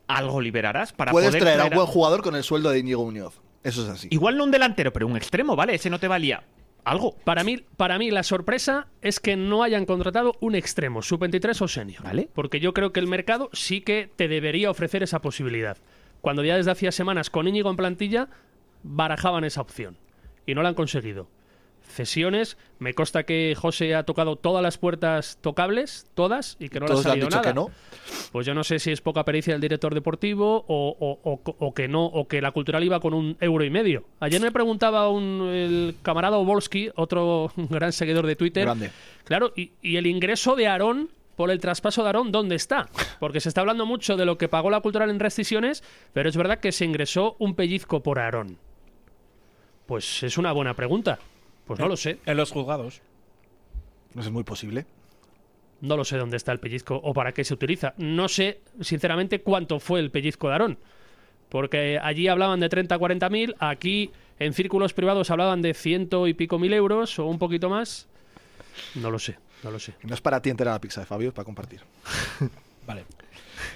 algo liberarás para Puedes poder traer a un traer a- buen jugador con el sueldo de Íñigo Muñoz. Eso es así. Igual no un delantero, pero un extremo, ¿vale? Ese no te valía. Algo. Para mí, para mí la sorpresa es que no hayan contratado un extremo, sub-23 o senior. Vale. Porque yo creo que el mercado sí que te debería ofrecer esa posibilidad. Cuando ya desde hacía semanas con Íñigo en plantilla barajaban esa opción y no la han conseguido. Cesiones, me consta que José ha tocado todas las puertas tocables, todas, y que no Todos le le han ha salido dicho nada. que no. Pues yo no sé si es poca pericia del director deportivo o, o- o- o que no, o que la cultural iba con un euro y medio. Ayer me preguntaba un el camarada Obolski, otro gran seguidor de Twitter. Grande. Claro, y, y el ingreso de Aarón por el traspaso de Aarón, ¿dónde está? Porque se está hablando mucho de lo que pagó la cultural en rescisiones, pero es verdad que se ingresó un pellizco por Aarón. Pues es una buena pregunta. Pues no Eh, lo sé. En los juzgados. No es muy posible. No lo sé dónde está el pellizco o para qué se utiliza. No sé, sinceramente, cuánto fue el pellizco de Aarón. Porque allí hablaban de 30, 40 mil, aquí en círculos privados hablaban de ciento y pico mil euros o un poquito más. No lo sé, no lo sé. No es para ti entera la pizza de Fabio, es para compartir. Vale.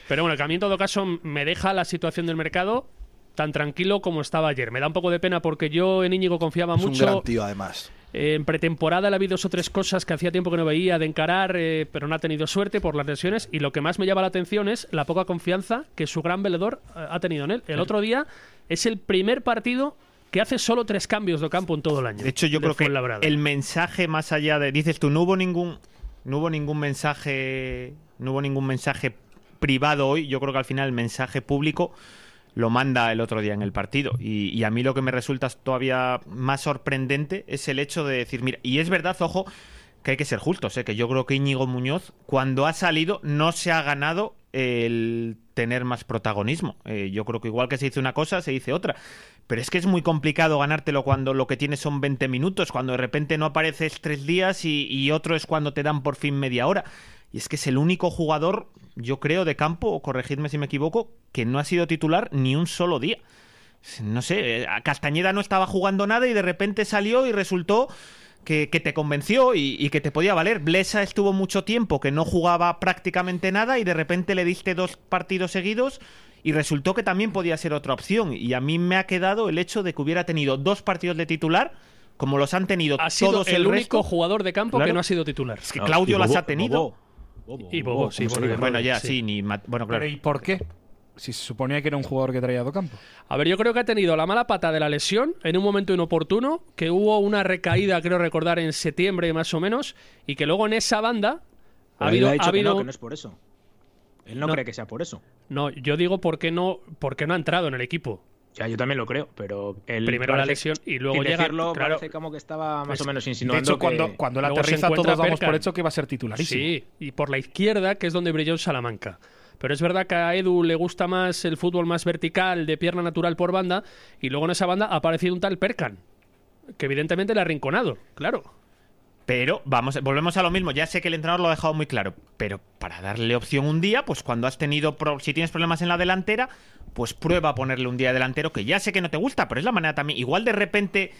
Pero bueno, que a mí en todo caso me deja la situación del mercado tan tranquilo como estaba ayer. Me da un poco de pena porque yo en Íñigo confiaba Es un mucho. gran tío, además. Eh, En pretemporada le ha habido dos o tres cosas que hacía tiempo que no veía de encarar, eh, pero no ha tenido suerte por las lesiones. Y lo que más me llama la atención es la poca confianza que su gran veledor eh, ha tenido en él. El otro día es el primer partido que hace solo tres cambios de campo en todo el año. De hecho, yo de creo que Fuenlabrada. el mensaje más allá de. Dices tú, no hubo ningún. No hubo ningún mensaje. No hubo ningún mensaje privado hoy. Yo creo que al final el mensaje público lo manda el otro día en el partido. Y, y a mí lo que me resulta todavía más sorprendente es el hecho de decir, mira, y es verdad, ojo, que hay que ser justos, ¿eh? que yo creo que Íñigo Muñoz, cuando ha salido, no se ha ganado el tener más protagonismo. Eh, yo creo que igual que se dice una cosa, se dice otra. Pero es que es muy complicado ganártelo cuando lo que tienes son 20 minutos, cuando de repente no apareces tres días y, y otro es cuando te dan por fin media hora. Y es que es el único jugador, yo creo, de campo, o corregidme si me equivoco, que no ha sido titular ni un solo día. No sé, eh, Castañeda no estaba jugando nada y de repente salió y resultó que, que te convenció y, y que te podía valer. Blesa estuvo mucho tiempo que no jugaba prácticamente nada y de repente le diste dos partidos seguidos y resultó que también podía ser otra opción. Y a mí me ha quedado el hecho de que hubiera tenido dos partidos de titular como los han tenido ha sido todos el, el, único resto. jugador de campo que Claro. no ha sido titular. Es que Claudio Y las Bobo- ha tenido. Bobo. Bobo, Y Bobo, sí, ¿cómo se Bobo. dice? Bueno, ya, Sí. Oh, sí, ni ma- bueno, claro. Pero ¿y por qué? Si se suponía que era un jugador que traía a Docampo. A ver, yo creo que ha tenido la mala pata de la lesión en un momento inoportuno, que hubo una recaída, creo recordar, en septiembre más o menos, y que luego en esa banda ha Pero habido, él ha dicho ha habido- que no, que no es por eso. Él no, No. cree que sea por eso. No, yo digo por qué no, por qué no ha entrado en el equipo. O sea, yo también lo creo, pero él Primero la parece- lesión y luego sin llega. decirlo, claro, parece como que estaba más Es- o menos De insinuando hecho, que- cuando, cuando la luego se aterriza todos encuentra damos por Perkan. hecho que va a ser titularísimo. sí, y por la izquierda, que es donde brilló en Salamanca. Pero es verdad que a Edu le gusta más el fútbol más vertical, de pierna natural por banda, y luego en esa banda ha aparecido un tal Perkan, que evidentemente le ha rinconado, claro. Pero vamos, volvemos a lo mismo. Ya sé que el entrenador lo ha dejado muy claro. Pero para darle opción un día, pues cuando has tenido. pro- si tienes problemas en la delantera, pues prueba a ponerle un día delantero que ya sé que no te gusta, pero es la manera también. Igual de repente.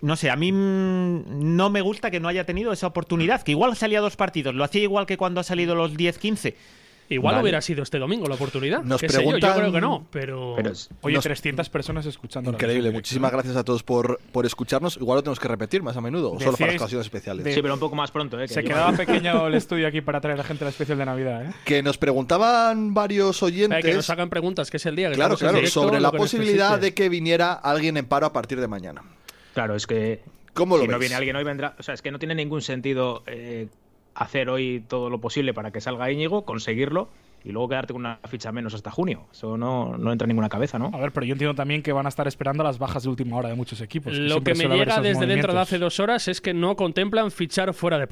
No sé, a mí mm, no me gusta que no haya tenido esa oportunidad. Que igual salía dos partidos. Lo hacía igual que cuando ha salido los 10-15. Igual Vale. hubiera sido este domingo la oportunidad. Nos qué sé yo, preguntan- Yo, creo que no, pero. Pero es- Oye, Nos- 300 personas escuchando. la Increíble, versión muchísimas directa. gracias a todos por, por escucharnos. Igual lo tenemos que repetir más a menudo, o solo para Decíais- ocasiones especiales. de- Sí, pero un poco más pronto, ¿eh? que Se yo- quedaba pequeño el estudio aquí para traer a la gente la especial de Navidad, ¿eh? Que nos preguntaban varios Eh, oyentes. que nos hagan preguntas, que es el día que claro, estamos en claro, directo, sobre lo la que posibilidad necesites. de que viniera alguien en paro a partir de mañana. Claro, es que ¿Cómo lo si no ves? viene alguien hoy vendrá. O sea, es que no tiene ningún sentido eh, hacer hoy todo lo posible para que salga Íñigo, conseguirlo y luego quedarte con una ficha menos hasta junio. Eso no, no entra en ninguna Ah, cabeza, ¿no? A ver, pero yo entiendo también que van a estar esperando las bajas de última hora de muchos equipos. Lo Pues siempre que me suele haber llega esos desde dentro de movimientos. hace dos horas es que no contemplan fichar fuera de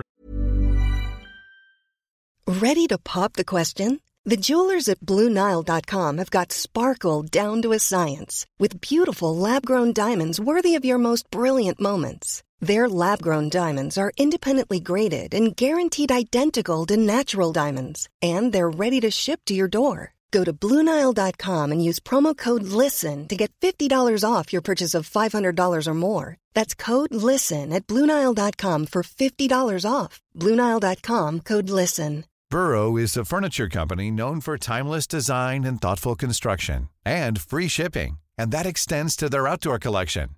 Ready to pop the question? The jewelers at BlueNile.com have got sparkle down to a science with beautiful lab grown diamonds worthy of your most brilliant moments. Their lab grown diamonds are independently graded and guaranteed identical to natural diamonds, and they're ready to ship to your door. Go to BlueNile.com and use promo code LISTEN to get $50 off your purchase of $500 or more. That's code LISTEN at BlueNile.com for $50 off. BlueNile.com code LISTEN. Burrow is a furniture company known for timeless design and thoughtful construction and free shipping, and that extends to their outdoor collection.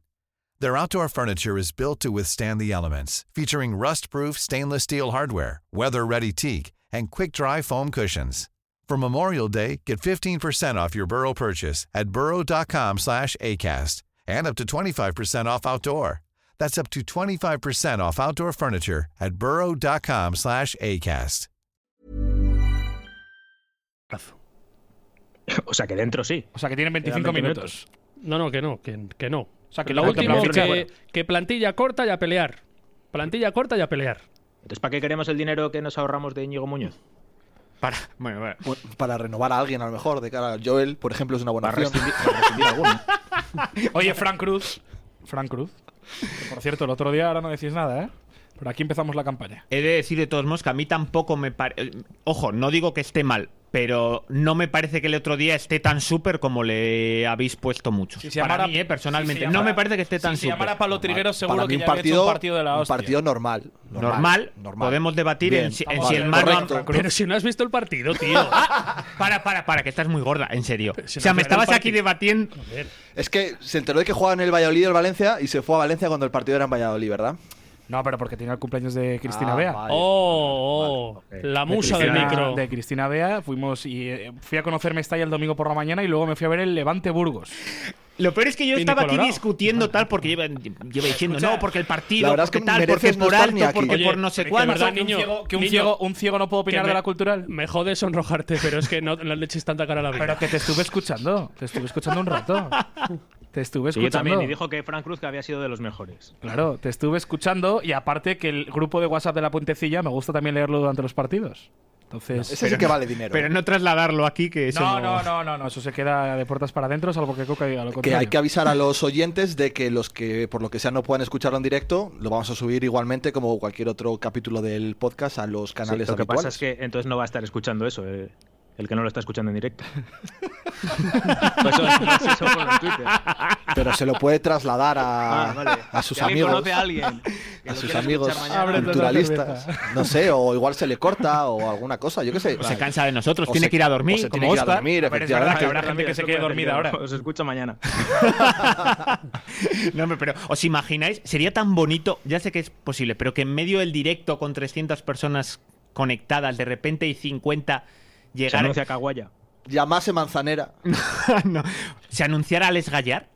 Their outdoor furniture is built to withstand the elements, featuring rust-proof stainless steel hardware, weather-ready teak, and quick-dry foam cushions. For Memorial Day, get 15% off your Burrow purchase at burrow.com/acast and up to 25% off outdoor. That's up to 25% off outdoor furniture at burrow.com/acast. plazo. O sea, que dentro sí. O sea, que tienen 25 Quedan 20 minutos. No, no, que no, que, que no. O sea, que Lo la último, última ficha. que, que plantilla corta y a pelear. Plantilla corta y a pelear. Entonces, ¿para qué queremos el dinero que nos ahorramos de Íñigo Muñoz? Para, bueno, bueno. Bu- Para renovar a alguien, a lo mejor, de cara a Joel, por ejemplo, es una buena Para opción. rescindir, para rescindir alguno. Oye, Frank Cruz. Frank Cruz. que, por cierto, el otro día ahora no decís nada, ¿eh? Pero aquí empezamos la campaña. He de decir de todos modos que a mí tampoco me parece. Ojo, no digo que esté mal, pero no me parece que el otro día esté tan súper como le habéis puesto muchos. se Para llamara- mí, eh, personalmente. si se llamara- no me parece que esté si tan se súper. llamara Palo Triguero, seguro Para mí que un ya había hecho partido, un partido de la un hostia. partido normal. Normal, podemos debatir en Bien, si- en, vamos si a el ver, mano. correcto. Pero si no has visto el partido, tío. Para, para, para, que estás muy gorda, en serio. si o sea, no me fuera un estabas aquí partido. debatiendo. Joder. Es que se enteró de que jugaba en el Valladolid y el Valencia y se fue a Valencia cuando el partido era en Valladolid, ¿verdad? No, pero porque tenía el cumpleaños de Cristina Ah, Bea. vale. Oh, oh, la musa del Cristina- micro. De Cristina Bea, fuimos y eh, fui a conocer Mestalla el domingo por la mañana y luego me fui a ver el Levante Burgos. Lo peor es que yo Pini estaba aquí Colorado. discutiendo tal, porque lleva, lleva diciendo, Escucha, no, porque el partido, la verdad es porque que tal, porque mereces no por estar ni alto, aquí. porque Oye, por no sé que cuánto. verdad, que un niño, ciego- que un niño. ciego- un ciego no puede opinar Que de me- la cultural. Me jode sonrojarte, pero es que no, no le eches tanta cara a la vida. Pero que te estuve escuchando, te estuve escuchando un rato. Te estuve Sí, yo escuchando. también. Y dijo que Frank Cruz que había sido de los mejores. Claro, te estuve escuchando y aparte que el grupo de WhatsApp de la puentecilla me gusta también leerlo durante los partidos. Entonces. Ese sí que vale dinero. ¿eh? Pero no trasladarlo aquí, que eso No, no, no, no, no, eso se queda de puertas para adentro, salvo que Coca diga lo Que contrario. hay que avisar a los oyentes de que los que por lo que sea no puedan escucharlo en directo, lo vamos a subir igualmente como cualquier otro capítulo del podcast a los Sí, canales lo que pasa habituales. es que entonces no va a estar escuchando eso, eh, el que no lo está escuchando en directo. Pues eso, eso, eso ponlo en Twitter. Pero se lo puede trasladar a, Ah, vale. a sus Si alguien amigos. conoce a alguien. que a lo sus quiera amigos escuchar mañana, Ábrete otra culturalistas. cerveza. No sé, o igual se le corta o alguna cosa, yo qué sé. O Pues se cansa de nosotros, O tiene se- que ir a dormir, o se como tiene que ir a Óscar. dormir, A ver, es efectivamente. verdad que habrá Mira, gente que eso se puede quede ser dormida yo. ahora. Os escucho mañana. No, hombre, pero ¿os imagináis? Sería tan bonito, ya sé que es posible, pero que en medio del directo con 300 personas conectadas, de repente hay 50 Se llegar. anuncia Caguaya. Llamase Manzanera. No, ¿Se anunciara Alex Gallar?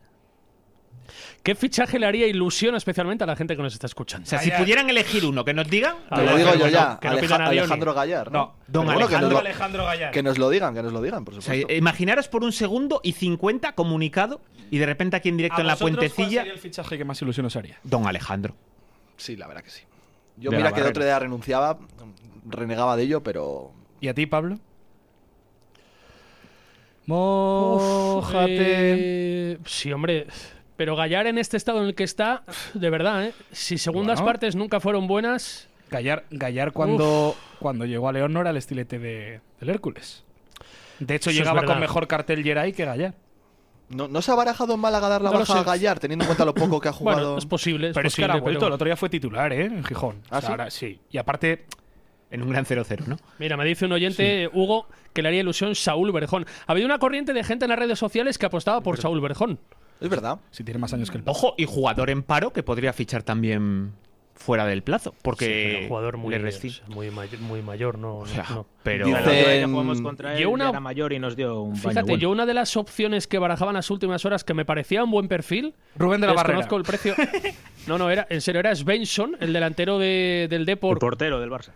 ¿Qué fichaje le haría ilusión especialmente a la gente que nos está O escuchando? sea, si pudieran elegir uno, que nos digan. Ah, Te lo bueno, digo yo bueno, ya. que no Aleja- pidan a Dioni. Alejandro Gallar. No, Pero bueno, Don que Alejandro nos lo- Alejandro Gallar. Que nos lo digan, que nos lo digan, por O sea, supuesto. imaginaros por un segundo y 50 comunicado y de repente aquí en directo en la puentecilla. el fichaje que más ilusión os haría? Don Alejandro. Sí, la verdad que sí. Yo De la mira que de barrera. otro día renunciaba, renegaba de ello, pero ¿Y a ti, Pablo? Mójate. Eh, sí, hombre. Pero Gallar en este estado en el que está, de verdad, ¿eh? si segundas Bueno. partes nunca fueron buenas, Gallar, Gallar cuando, cuando llegó a León no era el estilete de, del Hércules. De Eso hecho, es llegaba con verdad. mejor cartel Geray que Gallar. ¿No, no se ha barajado en Málaga dar la No lo baja a sé. Gallar, teniendo en cuenta lo poco que ha jugado? bueno, es posible. Es Pero es que posible, ahora ha vuelto. pero- El otro día fue titular, ¿eh? En Gijón. ¿Ah, O sea, sí? ahora sí. Y aparte, En un gran 0-0, ¿no? Mira, me dice un oyente, Hugo, que le haría ilusión Saúl Berjón. Ha habido una corriente de gente en las redes sociales que apostaba por Saúl Berjón. Es verdad. si tiene más años que el Pau. Ojo, y jugador en paro que podría fichar también fuera del plazo. Porque. un jugador muy, eh, le resti- muy, mayor, no. O sea, pero. Pero Dice- ya jugamos contra él, Yo una- ya era mayor y nos dio un baño Fíjate, bueno. yo una de las opciones que barajaban las últimas horas que me parecía un buen perfil. Rubén de la Barrera. desconozco el precio. No, no, era, en serio, era Svensson, el delantero de- del El Deport. portero del Barça.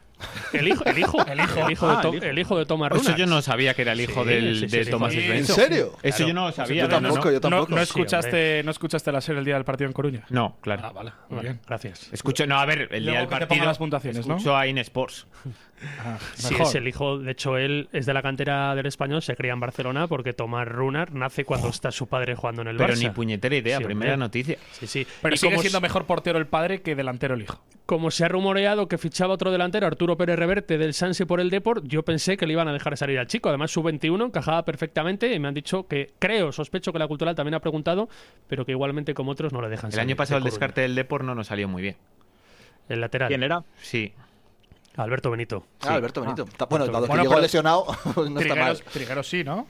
El hijo, el hijo, el hijo, el hijo, Ah, de, el Tom, hijo. el hijo de Ah, Thomas Eso Runax. yo no sabía que era el hijo Sí, del, sí, sí, de sí, Thomas sí. ¿En Svensson. serio? Eso yo no lo sabía. Yo no, no, no. tampoco, yo No, tampoco. no escuchaste, no escuchaste la serie el día del partido en Coruña. No, claro. Ah, vale. Muy Vale, bien. Gracias. Escucho, no, a ver, el Luego día del que te ponga partido. las puntuaciones, ¿no? Escucho a Inesports. Ah, Sí, mejor. es el hijo. De hecho, él es de la cantera del español, se cría en Barcelona porque Tomás Runar nace cuando está su padre jugando en el Pero Barça. ni puñetera idea, Sí, hombre. primera noticia. Sí, sí. Pero y sigue como, siendo s- mejor portero el padre que delantero el hijo. como se ha rumoreado que fichaba otro delantero, Arturo Pérez Reverte, del Sanse por el Deport, yo pensé que le iban a dejar salir al chico. Además, su 21 encajaba perfectamente y me han dicho que, creo, sospecho que la cultural también ha preguntado, pero que igualmente como otros no le dejan El salir. año pasado el De Coruña. descarte del Depor no nos salió muy bien. El lateral. ¿Quién era? Sí. Alberto Benito. Ah, Alberto Benito. Ta- bueno, dado que Bueno, llegó pero- lesionado, no está mal. Trigueros, Trigueros sí, ¿no?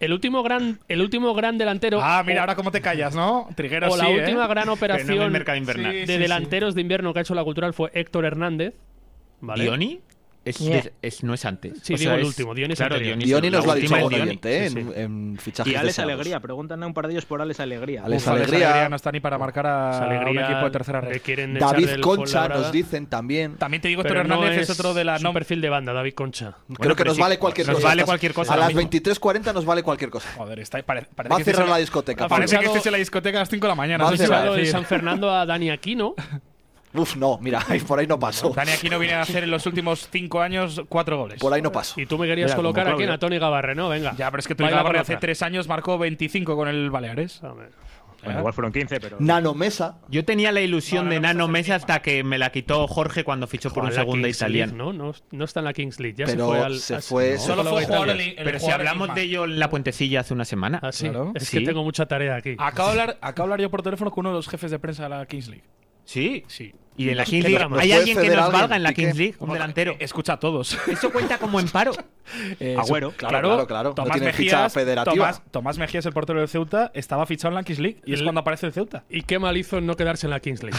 El último gran, el último gran delantero. ah, o- mira, ahora cómo te callas, ¿no? Trigueros o la sí, ¿eh? última gran Pero operación no en el mercado invernal. Sí, de delanteros de invierno que ha hecho la cultural fue Héctor Hernández. ¿Vale? ¿Dioni? Es, es- es- no es antes. Sí, digo el es- último, Dioni es claro, anterior. Dioni, es- Dioni nos la lo ha dicho última es algún Dioni. oyente, ¿eh? Sí, sí. en, en fichajes Y Alex deseados. Alegría. Preguntan a un par de ellos por Alex Alegría. Alex Uf, Alex Alegría. no está ni para marcar a un equipo de tercera red. David Concha nos dicen también. También te digo, Héctor Hernández es, otro de la no no perfil de banda, David Concha. Creo Bueno, que pero nos sí, vale cualquier nos cosa. vale Estas- cualquier cosa A ahora las mismo. 23.40 nos vale cualquier cosa. Joder, está, pare- parece Va a que estés cerrar en- la discoteca. Parece Pablo. que estés en la discoteca a las 5 de la mañana. Va a no sé si cerrar. va Fichado de decir. San Fernando a Dani Aquino. Uf, no, mira, ahí por ahí no pasó. Dani Aquino viene a hacer en los últimos 5 años 4 goles. Por ahí no pasó. Y tú me querías Ya, como colocar aquí Claudio. en a Tony Gabarre, ¿no? Venga. Ya, pero es que tú baila por Gabarre hace otra. 3 años marcó 25 con el Baleares. ¿Eh? A ver. Bueno, igual fueron 15, pero. Nanomesa. Yo tenía la ilusión de Nano Mesa hasta que me la quitó Jorge cuando fichó por Ojalá un segunda Kings italiano. League, ¿no? ¿no? no está en la Kings League. Ya Pero se fue al. se a- fue- se solo fue fue a jugador Italia. el- el Pero si jugador hablamos Enigma. de ello en la puentecilla hace una semana. Ah, sí. Claro. Ah, Es Sí. que tengo mucha tarea aquí. Acabo de, hablar, acabo de hablar yo por teléfono con uno de los jefes de prensa de la Kings League. Sí. Sí. Y en la Nos- Kings que League. nos- ¿Hay nos alguien puede que nos ceder alguien, valga en la Piqué? Kings League? Un Bueno, delantero. eh, Escucha a todos. Eso cuenta como en paro. Eh, Agüero. su- Claro, claro, claro. No tiene ficha federativa. Tomás, Tomás Mejías, el portero del Ceuta, estaba fichado en la Kings League y es El- cuando aparece el Ceuta. ¿Y qué mal hizo en no quedarse en la Kings League?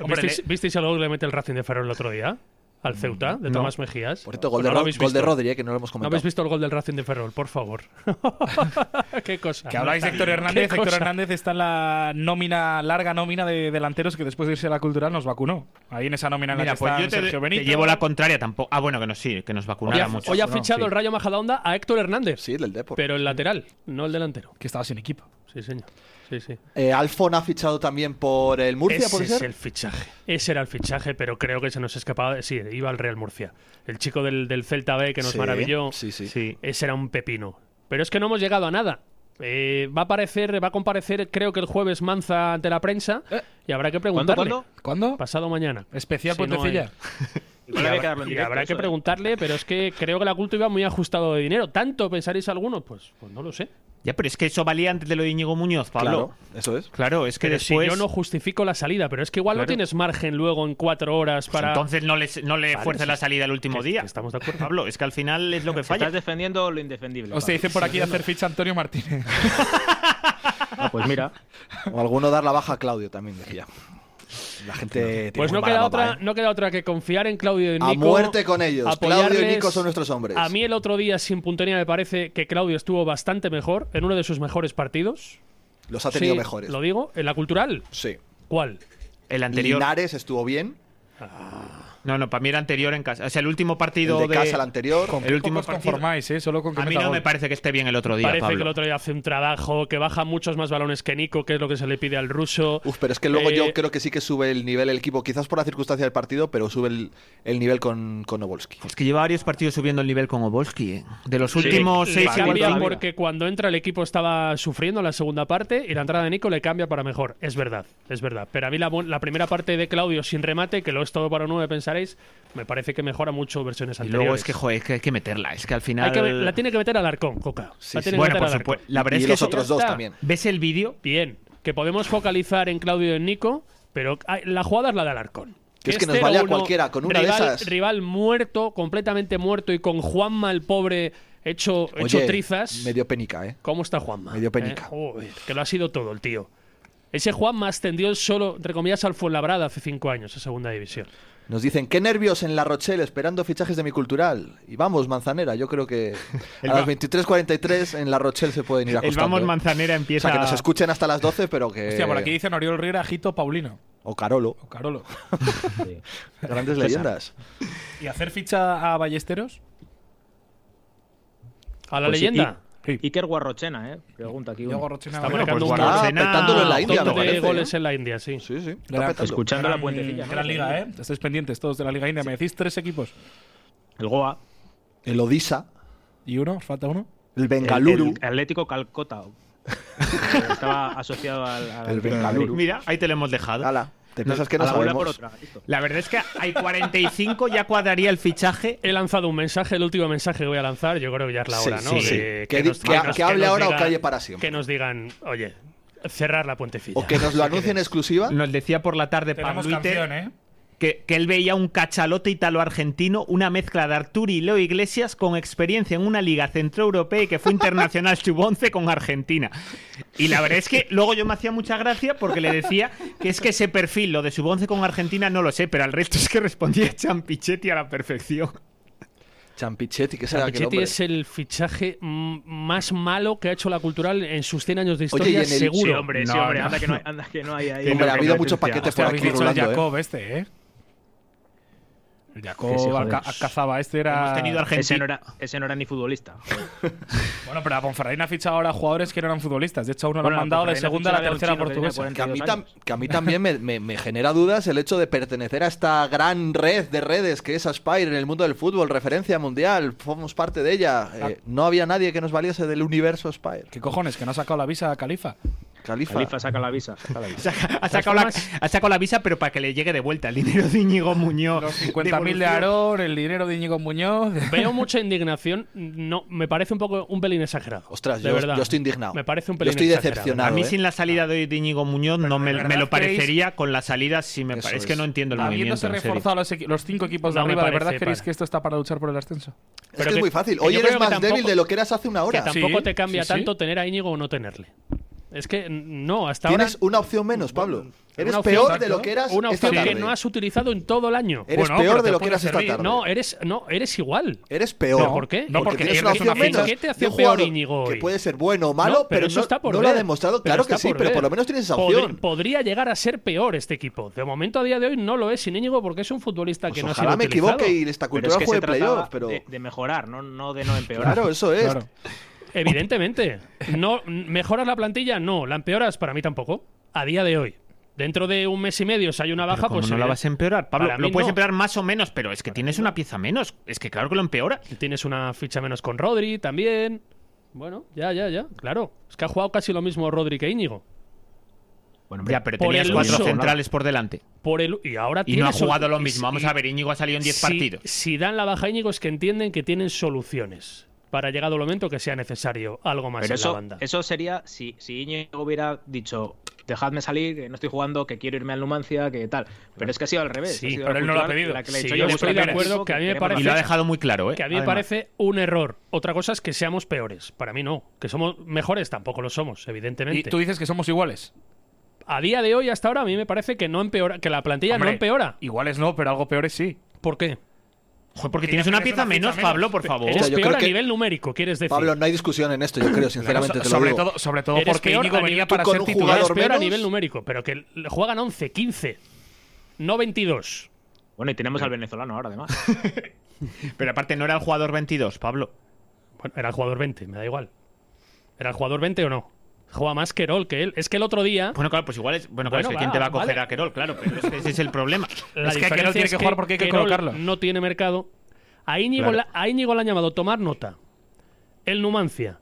Hombre, ¿Visteis, le- Mm, visteis el gol que le mete el Racing de Ferrol el otro día? Al Ceuta, de No. Tomás Mejías. Por cierto, gol, de, ¿No Ro- lo habéis gol de visto? Rodri, eh, que no lo hemos ¿No comentado. habéis visto el gol del Racing de Ferrol? Por favor. qué cosa. Que habláis de Héctor Qué Hernández. Héctor cosa. Hernández está en la nómina, larga nómina de delanteros que después de irse a la cultural nos vacunó. Ahí en esa nómina en la Mira, que pues están yo te, Sergio te Benito. llevo la contraria tampoco. Ah, bueno, que nos sí, que nos Hoy vacunara ha, mucho. hoy ha ¿no? fichado Sí. el Rayo Majadahonda a Héctor Hernández. Sí, del Depor. Pero el lateral, no el delantero. Que estaba sin equipo. Sí, señor. Sí, sí. Eh, Alfon ha fichado también por el Murcia, Ese ¿puede es ser? el fichaje. Ese era el fichaje, pero creo que se nos escapaba. de- Sí, iba al Real Murcia. El chico del, del Celta B que nos Sí, maravilló. Sí, sí. Sí. Ese era un pepino. Pero es que no hemos llegado a nada. Eh, va a aparecer, va a comparecer, creo que el jueves Manza ante la prensa Eh. y habrá que ¿Cuándo? preguntarle. ¿Cuándo? ¿Cuándo? Pasado mañana. Especial Si no Pontecilla. Igual y había que habrá, darlo en y directo, habrá que eso, ¿eh? preguntarle, pero es que creo que la culto iba muy ajustado de dinero. ¿Tanto pensaréis algunos? Pues, pues no lo sé. Ya, pero es que eso valía antes de lo de Íñigo Muñoz, Pablo. Claro, Claro, eso es. es que Pero después. si yo no justifico la salida, pero es que igual no Claro. tienes margen luego en cuatro horas Pues para. Entonces no, les, no le Vale, fuerces sí. la salida el último Que- día. que estamos de acuerdo. Pablo, es que al final es lo que falla. Estás defendiendo lo indefendible. Os te Pablo. dice por aquí de hacer ficha Antonio Martínez. Ah, pues mira. O alguno dar la baja a Claudio también, decía. La gente tiene Pues muy no mala queda, baba, otra, ¿eh? no queda otra que confiar en Claudio y en A Nico. muerte con ellos. apoyarles. Claudio y Nico son nuestros hombres. A mí el otro día, sin puntería, me parece que Claudio estuvo bastante mejor en uno de sus mejores partidos. Los ha tenido Sí, mejores. Lo digo, en la cultural. Sí. ¿Cuál? El anterior. Linares estuvo bien. No, no, para mí el anterior en casa. O sea, el último El partido de de. casa, el anterior. Con El qué poco último os partido. conformáis, ¿eh? Solo con que A mí meta no gol. me parece que esté bien el otro día, Parece Pablo. que el otro día hace un trabajo, que baja muchos más balones que Nico, que es lo que se le pide al ruso. Uf, pero es que luego Eh, yo creo que sí que sube el nivel el equipo, quizás por la circunstancia del partido, pero sube el, el nivel con, con Novolsky. Es que lleva varios partidos subiendo el nivel con Obolski. ¿eh? De los últimos le seis sí, cuatro- toda cambia la vida. porque cuando entra el equipo estaba sufriendo en la segunda parte y la entrada de Nico le cambia para mejor. Es verdad, es verdad. Pero a mí la, bu- la primera parte de Claudio sin remate, que lo es todo para nueve, pensaréis, me parece que mejora mucho versiones Y anteriores. luego es que, joder, es que hay que meterla. Es que al final. Hay que ver- la tiene que meter al arcón, Coca. Sí, La sí. tiene que Bueno, meter por al arcón. supuesto. La verdad y es que los eso- otros ya dos está. también. ¿Ves el vídeo? Bien, que podemos focalizar en Claudio y en Nico, pero ah, la jugada es la de Alarcón. Que es que nos cero vale a uno, cualquiera, con una de rival, esas. Rival muerto, completamente muerto y con Juanma el pobre hecho, hecho Oye, trizas. Me dio penica, ¿eh? ¿Cómo está Juanma? Medio penica. Eh, joder, que lo ha sido todo el tío. Ese Juanma ascendió solo, entre comillas, al Fuenlabrada hace cinco años, a segunda división. Nos dicen, qué nervios en La Rochelle esperando fichajes de mi cultural. Y vamos, Manzanera, yo creo que a El las va- 23.43 en La Rochelle se pueden ir El acostando. Vamos ¿eh? Manzanera O empieza. sea, que nos escuchen hasta las 12, pero que... Hostia, por aquí dicen Oriol Riera, Jito, Paulino. O Carolo. O Carolo. Grandes Pues, leyendas. ah. ¿Y hacer ficha a Ballesteros? A la Pues sí, leyenda. Sí. Iker Guarrochena, ¿eh? Pregunta aquí. uno. Diego Rochina. Está bueno, marcando pues un Guardiola Ah, gol. Arsenal, petándolo en la India, montón me de parece. ¿eh? goles en la India, sí. Sí, sí. está Gran- petando. escucha- Escuchando la gran- puentecilla, ¿no? Gran liga, ¿eh? Estáis pendientes todos de la liga india. Me decís tres equipos. El Goa. El Odisa, ¿Y uno? ¿Os falta uno? el el- Bengaluru. El, Atlético Calcota. que Estaba asociado al. al El Atlético de Bengaluru. Madrid. Mira, ahí te lo hemos dejado. Ala, te piensas que A no la bola por sabemos. otra. listo. La verdad es que hay 45, ya cuadraría el fichaje. He lanzado un mensaje, el último mensaje que voy a lanzar. Yo creo que ya es la Sí, hora, ¿no? sí, sí. De- Que di- que- que hable nos ahora o diga- calle para siempre. Que nos digan, oye, cerrar la puentecilla. O que nos lo anuncie en exclusiva. Nos decía por la tarde Tenemos Pablo canción, ¿eh? que, que él veía un cachalote italo-argentino, una mezcla de Arturi y Leo Iglesias con experiencia en una liga centroeuropea y que fue internacional sub-11 con Argentina. Y la verdad es que luego yo me hacía mucha gracia porque le decía que es que ese perfil, lo de sub-11 con Argentina, no lo sé, pero al resto es que respondía Champichetti a la perfección. Champichetti, que será aquel Champichetti hombre. es el fichaje mm, más malo que ha hecho la cultural en sus 100 años de Oye, y en historia, el- seguro. Sí, hombre, sí, No, hombre. no. Anda, que no hay, anda que no hay ahí. Hombre, ha habido competencia. mucho paquete Hostia, por Este habéis aquí dicho el rulando, ¿eh? Jacob este, ¿eh? El Jacob Que sí, joder. alca- cazaba este era. Hemos tenido Argentina. Ese no, era, ese no era ni futbolista. Bueno, pero la Ponferradina ha fichado ahora jugadores que no eran futbolistas. De hecho, a uno Bueno, lo la han mandado de Ponferradina segunda a la fichó la de un tercera chino que tenía 40. portuguesa. Que a, mí 32 tam- años. que a mí también me, me- me genera dudas el hecho de pertenecer a esta gran red de redes que es Aspire en el mundo del fútbol, referencia mundial, formos parte Ah. de ella. Eh, no había nadie que nos valiese del universo Aspire. ¿Qué cojones? Que no ha sacado la visa a Califa. Califa. Califa saca la visa. saca la visa. Saca- ha, sacado la, ha sacado la visa, pero para que le llegue de vuelta el dinero de Íñigo Muñoz. Los 50.000 de Devolución. Aarón, el dinero de Íñigo Muñoz. Veo mucha indignación. No, me parece un poco un pelín exagerado. Ostras, de yo, verdad. yo estoy indignado. Me parece un Yo pelín estoy exagerado. decepcionado. A mí ¿eh? sin la salida de hoy de Íñigo Muñoz no me, de me verdad lo queréis- parecería con la salida si me Eso parece. Es que es. no entiendo el movimiento. Habiéndose en serio. reforzado los, equi- los cinco equipos de No me arriba, ¿de parece verdad queréis para- que esto está para luchar por el ascenso? es Pero que es que- muy fácil. que Hoy yo eres creo que más tampoco- débil de lo que eras hace una Que hora. tampoco Sí, te cambia sí, sí. tanto tener a Íñigo o no tenerle. Es que mm, no, hasta Tienes ahora. una opción menos, Pablo. Eres una opción, peor exacto. de lo que eras Una esta opción que tarde. no has utilizado en todo el año. Eres Bueno, peor pero de te lo que puedes eras esta servir. tarde. No, eres, no, eres igual. Eres peor. No, ¿por qué? No, porque tienes pierdes una una opción fecha. menos. ¿Qué te de hace un jugador peor, Íñigo, Que hoy? puede ser bueno o malo, No, pero, eso no, está por no lo ha ver. demostrado. Pero claro está que sí, por pero ver. por lo menos tienes esa Podri- opción. podría llegar a ser peor este equipo. De momento, a día de hoy, no lo es sin Íñigo porque es un futbolista Pues que no ha ojalá sido me utilizado. equivoque y esta Pero es cultura que se juegue trataba playoff, pero. de, de mejorar, no, no de no empeorar. Claro, eso es. Claro. Evidentemente. No, ¿Mejoras la plantilla? No. ¿La empeoras? Para mí tampoco. A día de hoy. Dentro de un mes y medio, si hay una Pero baja, como pues. no la evidente- vas a empeorar, Pablo. Para mí Lo puedes no. empeorar más o menos, pero es que tienes una pieza menos. Es que claro que lo empeora. Tienes una ficha menos con Rodri también. Bueno, ya, ya, ya. Claro. Es que ha jugado casi lo mismo Rodri que Íñigo. Bueno, hombre, Ya, pero Por tenías el cuatro uso. centrales por delante. Por el, y ahora Y no ha tiene sol- jugado lo y- mismo. Vamos y- a ver, Íñigo ha salido en 10 si- partidos. Si dan la baja a Íñigo es que entienden que tienen soluciones para llegado el momento que sea necesario algo más Pero en la eso, banda. eso sería si, si Íñigo hubiera dicho dejadme salir, que no estoy jugando, que quiero irme al Numancia, que tal. Pero es que ha sido al revés. Sí, ha sido pero él no lo ha Portugal pedido. la que le ha Sí, dicho, yo "Oye, estoy busca de el acuerdo equipo que a mí me queremos parece- Y ganar". lo ha dejado muy claro, ¿eh? Que a mí me Además. parece un error. Otra cosa es que seamos peores. Para mí no. Que somos mejores tampoco lo somos, Y evidentemente. tú dices que somos iguales. A día de hoy, hasta ahora, a mí me parece que no empeora, que la plantilla Hombre, no empeora. Iguales no, pero algo peores sí. ¿Por qué? Joder, porque tienes una pieza menos, Pablo, por Oh. favor. Eres yo peor creo a que- nivel numérico, quieres decir. Pablo, no hay discusión en esto, yo creo, sinceramente. So- te lo sobre, digo. todo, sobre todo Eres porque peor Íñigo a venía nivel- para tú con ser un titular. Eres jugador peor a menos. nivel numérico, pero que le juegan 11, 15, no 22. Bueno, y tenemos al venezolano ahora, además. Pero aparte no era el jugador 22, Pablo. Bueno, era el jugador 20, me da igual. ¿Era el jugador 20 o no? Juega más Querol que él. Es que el otro día. Bueno, claro, pues igual es. Bueno, claro, Bueno, es que quién va, te va a coger vale. a Querol, claro, pero es que ese es el problema. La Es que Querol diferencia tiene es que jugar porque hay que Querol colocarlo. No tiene mercado. A Íñigo, Claro. la- a Íñigo le han llamado tomar nota. El Numancia.